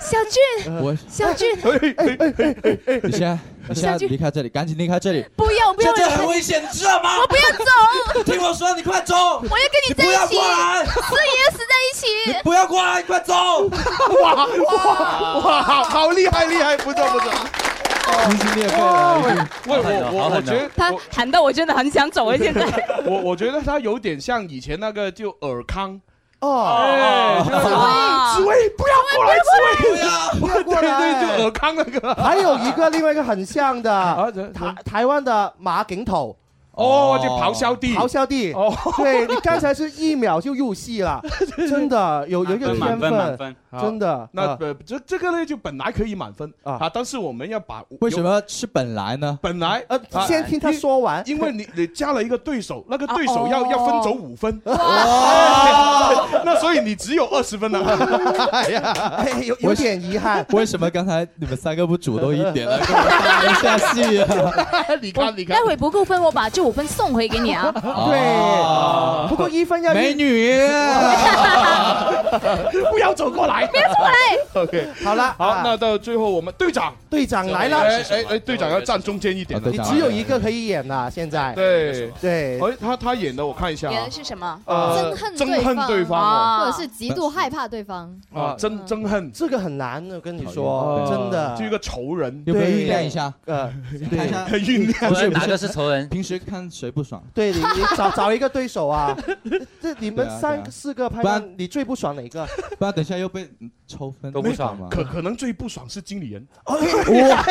G: 小俊，
M: 我，
G: 小俊，
M: 你现 在你现在离开这里，赶紧离开这里。
G: 不要不要，
W: 这
G: 我
W: 这很危险，知道吗？
G: 不要走，
W: 听我说，你快走！
G: 我要跟你在
W: 不要
G: 一起，
W: 过来
G: 死也要死在一起。
W: 不要过来，快走！
F: 哇哇哇，好好厉害厉害，不错不错。
M: 撕心裂肺了，已经
F: 啊喂，我我我觉得
G: 他喊到我真的很想走了，现在。
F: 我我觉得他有点像以前那个就尔康，
H: 哦，
G: 哇
F: 紫薇不要过来，紫薇，
H: 不要过
F: 对对，就
H: 来
F: 尔。康那个。
H: 还有一个另外一个很像的，
F: 这
H: 台台湾的马景头，
F: 哦，就咆哮帝，
H: 咆哮帝。
F: 哦，
H: 对你刚才是一秒就入戏 了，真的有有一个天分，真的。
F: 那
H: 啊
F: 呃，这这个呢就本来可以满分啊，但是我们要把
M: 为什么是本来呢？
F: 本来
H: 呃先听他说完，
F: 因为你你加了一个对手，那个对手要
H: 哦
F: 要分走五分，那所以你只有二十 分了。哎呀，
H: 有有点遗憾。
M: 为什么刚才你们三个不主动一点 呢？跟我搭一下戏啊！
F: 你
X: 看你看，待会不够分，我把这五分送回给你啊。
H: 对，不过一分要
M: 美女，
F: 不要走过来，
X: 不要走过来。
F: OK，
H: 好了，
F: 好，那到最后我们队长，
H: 队长来了
F: 哎哎哎，队长要站中间一点，
H: 你只有一个可以演了，现在。
F: 对
H: 对，
F: 哎，他他演的我看一下啊
A: 原来是什么？
F: 呃
A: 憎恨
F: 憎恨对方哦
A: 或者是极度害怕对方。
F: 啊，憎憎恨，
H: 这个很难的，跟你说，真的。
F: 就一个仇人，
M: 哎有没有酝酿一下？
H: 呃，
M: 看一下
H: 对
F: 酝酿
M: 不是
H: 哪
M: 不
H: 个
M: 是仇人？平时看谁不爽？
H: 对你，你找找一个对手啊！这你们
M: 对啊
H: 三
M: 对啊
H: 四个拍
M: 不然
H: 档，你最不爽哪个？
M: 不然等一下又被嗯抽分，
F: 都不爽
M: 吗？
F: 可可能最不爽是经理人，
H: 哇，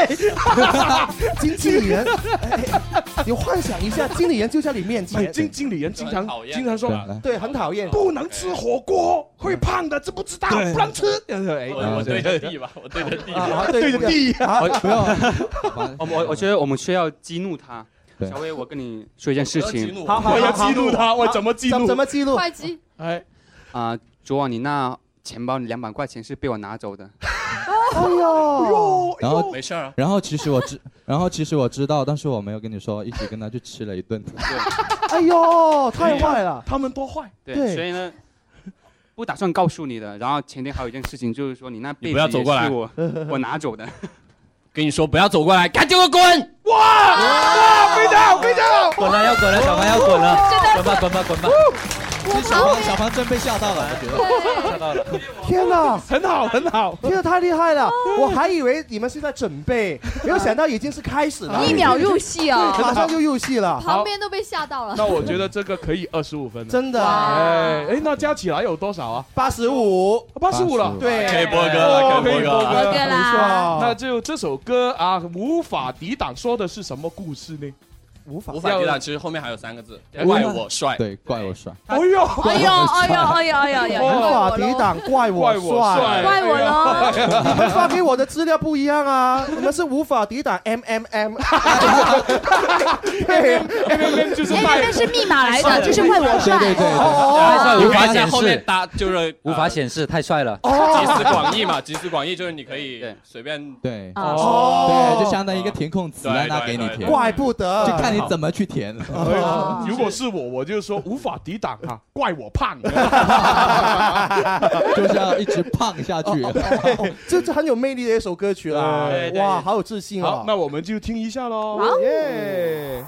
H: 经理人，哎你幻想一下，经理人就在你面
F: 哎
H: 前，
F: 经经理人经常经常说，
H: 对，很讨厌，
F: 不能吃火锅会胖的，知不知道？
H: 对
F: 不能吃。哎
S: 我我对着地吧，我对着地，
H: 啊
F: 对着地啊
O: 我
F: 不要
O: 我我我觉得我们需要激怒他。小薇，我跟你说一件事情。
H: 好 好，
F: 我要
H: 好
F: 激怒他
H: 好
F: 我怎么激怒
H: 怎怎么激怒？
A: 会计，
F: 哎，
O: 啊，昨晚你那钱包两百块钱是被我拿走的。
H: 哎呦，
M: 然后
S: 没事儿啊。
M: 然后其实我知，然后其实我知道，但是我没有跟你说，一起跟他去吃了一顿。
H: 哎呦，太坏了！
F: 他们多坏。
O: 对，所以呢，不打算告诉你的。然后前天还有一件事情，就是说你那被
S: 你
O: 子
S: 不要走过来
O: 也是我我拿走的。
S: 跟你说不要走过来，赶紧给我滚！
F: 哇，非常好，非常好。
V: 滚了要滚了，小凡要滚了，滚吧滚吧滚吧！
M: 这小胖小胖真被吓到了，我觉得吓到了。
H: 天哪，
F: 很好，很好，
H: 天哪，太厉害了！我还以为你们是在准备，没有想到已经是开始了，
A: 一秒入戏啊
H: 对马上就入戏了。
A: 旁边都被吓到了。
F: 那我觉得这个可以二十五分，
H: 真的啊
F: 哎哎，那加起来有多少啊？
H: 八十五，
F: 八十五了，
H: 对，
S: 可以播歌了
F: 哦
S: 可以播歌了
F: 可以播
A: 播歌
H: 没
A: 啦
H: 错
F: 那就这首歌啊，无法抵挡，说的是什么故事呢？
H: 无法
S: 无法抵挡，其实后面还有三个字，
M: 哎
S: 怪我帅。
M: 对，怪我帅。
F: 哎呦，
X: 哎呦哎呦哎呦哎呦哎呦！
H: 无法抵挡，怪我
F: 怪我帅，
H: 帅。
X: 怪我咯
F: 哎呀
H: 你们发给我的资料不一样啊！ 你们是无法抵挡 M M M，对，
F: M M M 就是
X: 哎，
F: 卖
X: 那是密码来的，就是怪我帅。
M: 对对对
H: 哦
M: 对，哦
S: 你
M: 无法
S: 发
M: 显
S: 现后面
M: 示，
S: 搭就是
V: 无法显示，太帅了。
S: 集
O: 哦
S: 思广益嘛，集思广益就是你可以随便
M: 对
H: 哦
M: 对，就相当于一个填空词，
S: 对
M: 让他
S: 对
M: 给你
S: 对
M: 填，
H: 怪不得，
M: 就看你怎么去填。
F: 哎如果是我，我就说无法抵挡啊，怪我胖。
M: 就是要一直胖下去。
H: 哦这这很有魅力的一首歌曲啦
F: 对！
S: 对
H: 哇，好有自信
F: 好
H: 哦，！
F: 那我们就听一下喽。
H: 耶！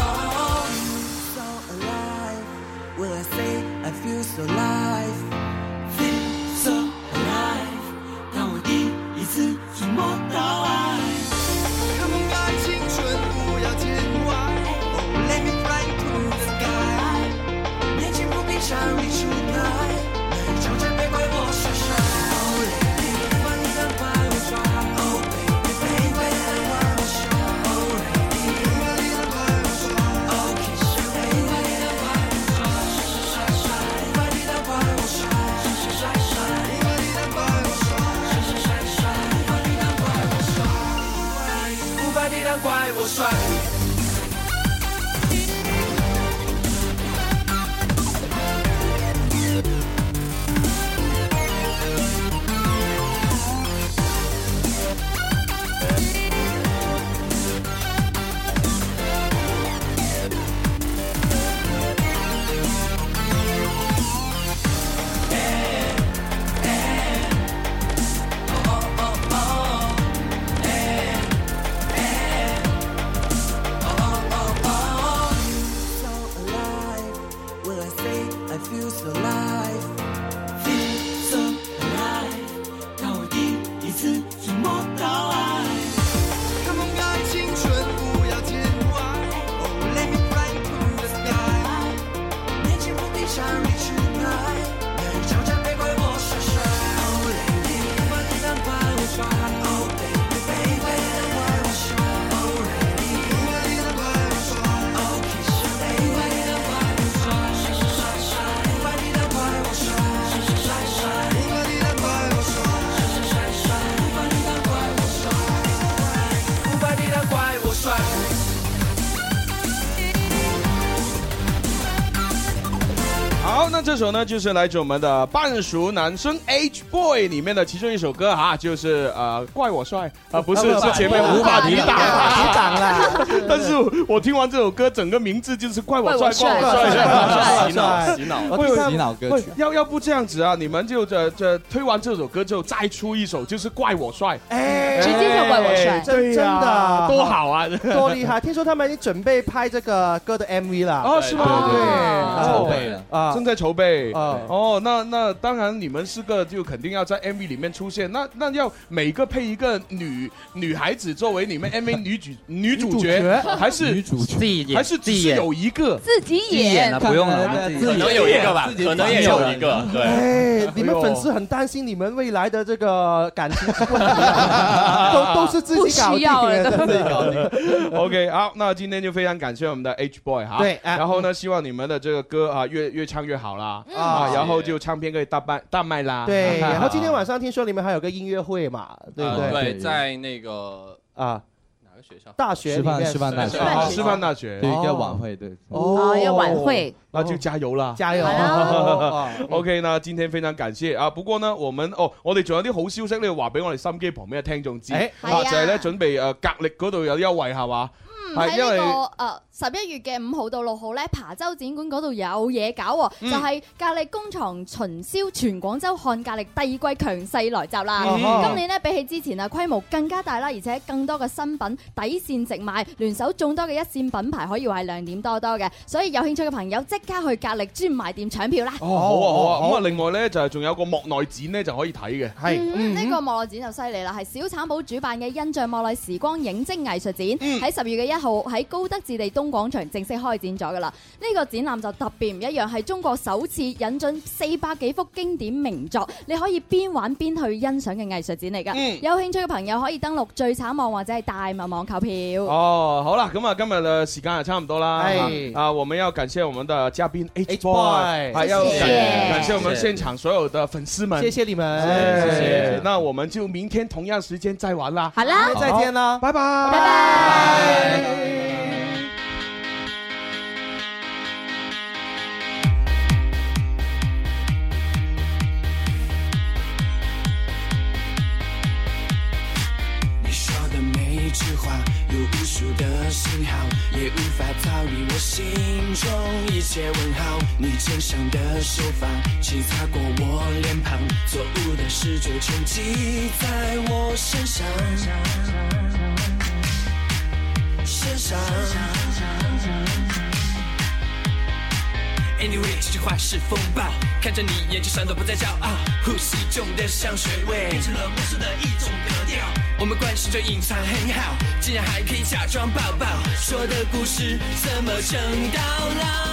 D: so alive. When I say I feel so alive, feel so alive.
F: 那这首呢就是来自我们的半熟男生 H Boy 里面的其中一首歌哈，就是呃怪我帅啊，不是
Y: 啊不
F: 是前面
Y: 不
F: 无法抵挡，
Y: 抵挡啦
F: 但是我听完这首歌，整个名字就是怪我
Y: 怪我
F: 帅，
Y: 帅
F: 怪我
Y: 怪我帅
F: 帅，洗脑
Y: 怪
F: 洗脑，
Y: 我帅
F: 喂
Y: 洗脑歌曲
F: 喂要要不这样子啊，你们就这这推完这首歌之后再出一首，就是怪我帅，哎
H: 直接就怪我帅
F: 对
H: 真的
F: 呀，多好啊，
H: 多厉害！听说他们已经准备拍这个歌的 MV 了。
F: 哦，是吗？
H: 对，
F: 筹备了啊，正在筹备啊。哦，那那当然，你们四个就肯定要在 MV 里面出现。那那要每个配一个女女孩子作为你们 MV 女主女主角，还是女主角，还是只是有一个
O: 自己演
F: 啊不用了
O: 可能有一个吧可能也有一
M: 个对
H: 哎，你
F: 哎
H: 们
F: 呦
H: 粉丝很担心你们未来的这个感情问题啊，都都是自己搞定的，真的。
F: OK，好，那今天就非常感谢我们的 H Boy 哈。
H: 对啊
F: 然后呢，希望你们的这个歌啊，越越唱越好啦
H: 嗯
F: 啊，
H: 是
F: 然后就唱片可以大卖大卖啦。
H: 对，然后今天晚上听说你们还有个音乐会嘛，对不
M: 呃
H: 对？
M: 对，在那个
H: 啊，
M: 哪个学校？
H: 大学里面
F: 啊师范大学
Z: 对要晚会对
H: 哦
O: 要晚会，
F: 那就加油啦，
H: 加油 哦
F: 啊！OK，嗱，今天非常感謝啊！不過呢，我們哦，我哋仲有啲好消息咧，要話俾我哋心機旁邊嘅聽眾
H: 哎
F: 知，
A: 誒係
F: 啊
A: 啊
F: 就係咧準備誒格力嗰度有優惠係嘛？
A: 嗯喺
F: 係因
A: 呢
F: 為
A: 個誒十一月嘅五號到六號咧，琶洲展館嗰度有嘢搞喎，
F: 嗯
A: 就係咖喱工廠巡銷全廣州看咖喱第二季強勢來襲啦。
O: 嗯
F: 哦
O: 哼
A: 今年呢，比起之前啊，規模更加大啦，而且更多嘅新品底線直賣，聯手眾多嘅一線品牌，可以話係亮點多多嘅。所以有興趣嘅朋友即刻去咖喱專賣店搶票啦！
F: 哦，好啊好啊！咁啊，另外咧就係仲有個幕內展咧就可以睇嘅，
A: 嗯呢個幕內展就犀利啦，係小產寶主辦嘅印象幕內時光影跡藝術展，喺十月嘅一號喺高德置地東廣場正式開展咗噶啦。呢個展覽就特別唔一樣，係中國首次引進四百幾幅經典名作，你可以邊玩邊去欣賞嘅藝術展嚟噶。
F: 嗯
A: 有興趣嘅朋友可以登錄最產網或者係大麥網購票。
F: 哦，好啦，咁啊，今日嘅時間就差唔多啦。
A: 係
F: 啊，我們要感謝我們的嘉賓 H Boy，
H: Boy，
F: 還要
H: 謝謝
F: 感感謝我們現場所有的粉絲們，
H: 謝謝你們
F: 哎
H: 謝謝
F: 那我們就明天同樣時間再玩啦。
A: 好啦
H: 再見啦，
F: 拜拜，
H: 拜拜。
D: 你说的每一句话，有无数的信号，也无法逃离我心中一切问号。你肩上的手法，轻擦过我脸庞，错误的视觉全记在我身上，身上。 Anyway，这句话是风暴，看着你眼睛闪躲不再骄傲，呼吸中的香水味变成了陌生的一种格调。我们关系就隐藏很好，竟然还可以假装抱抱，说的故事怎么成到老？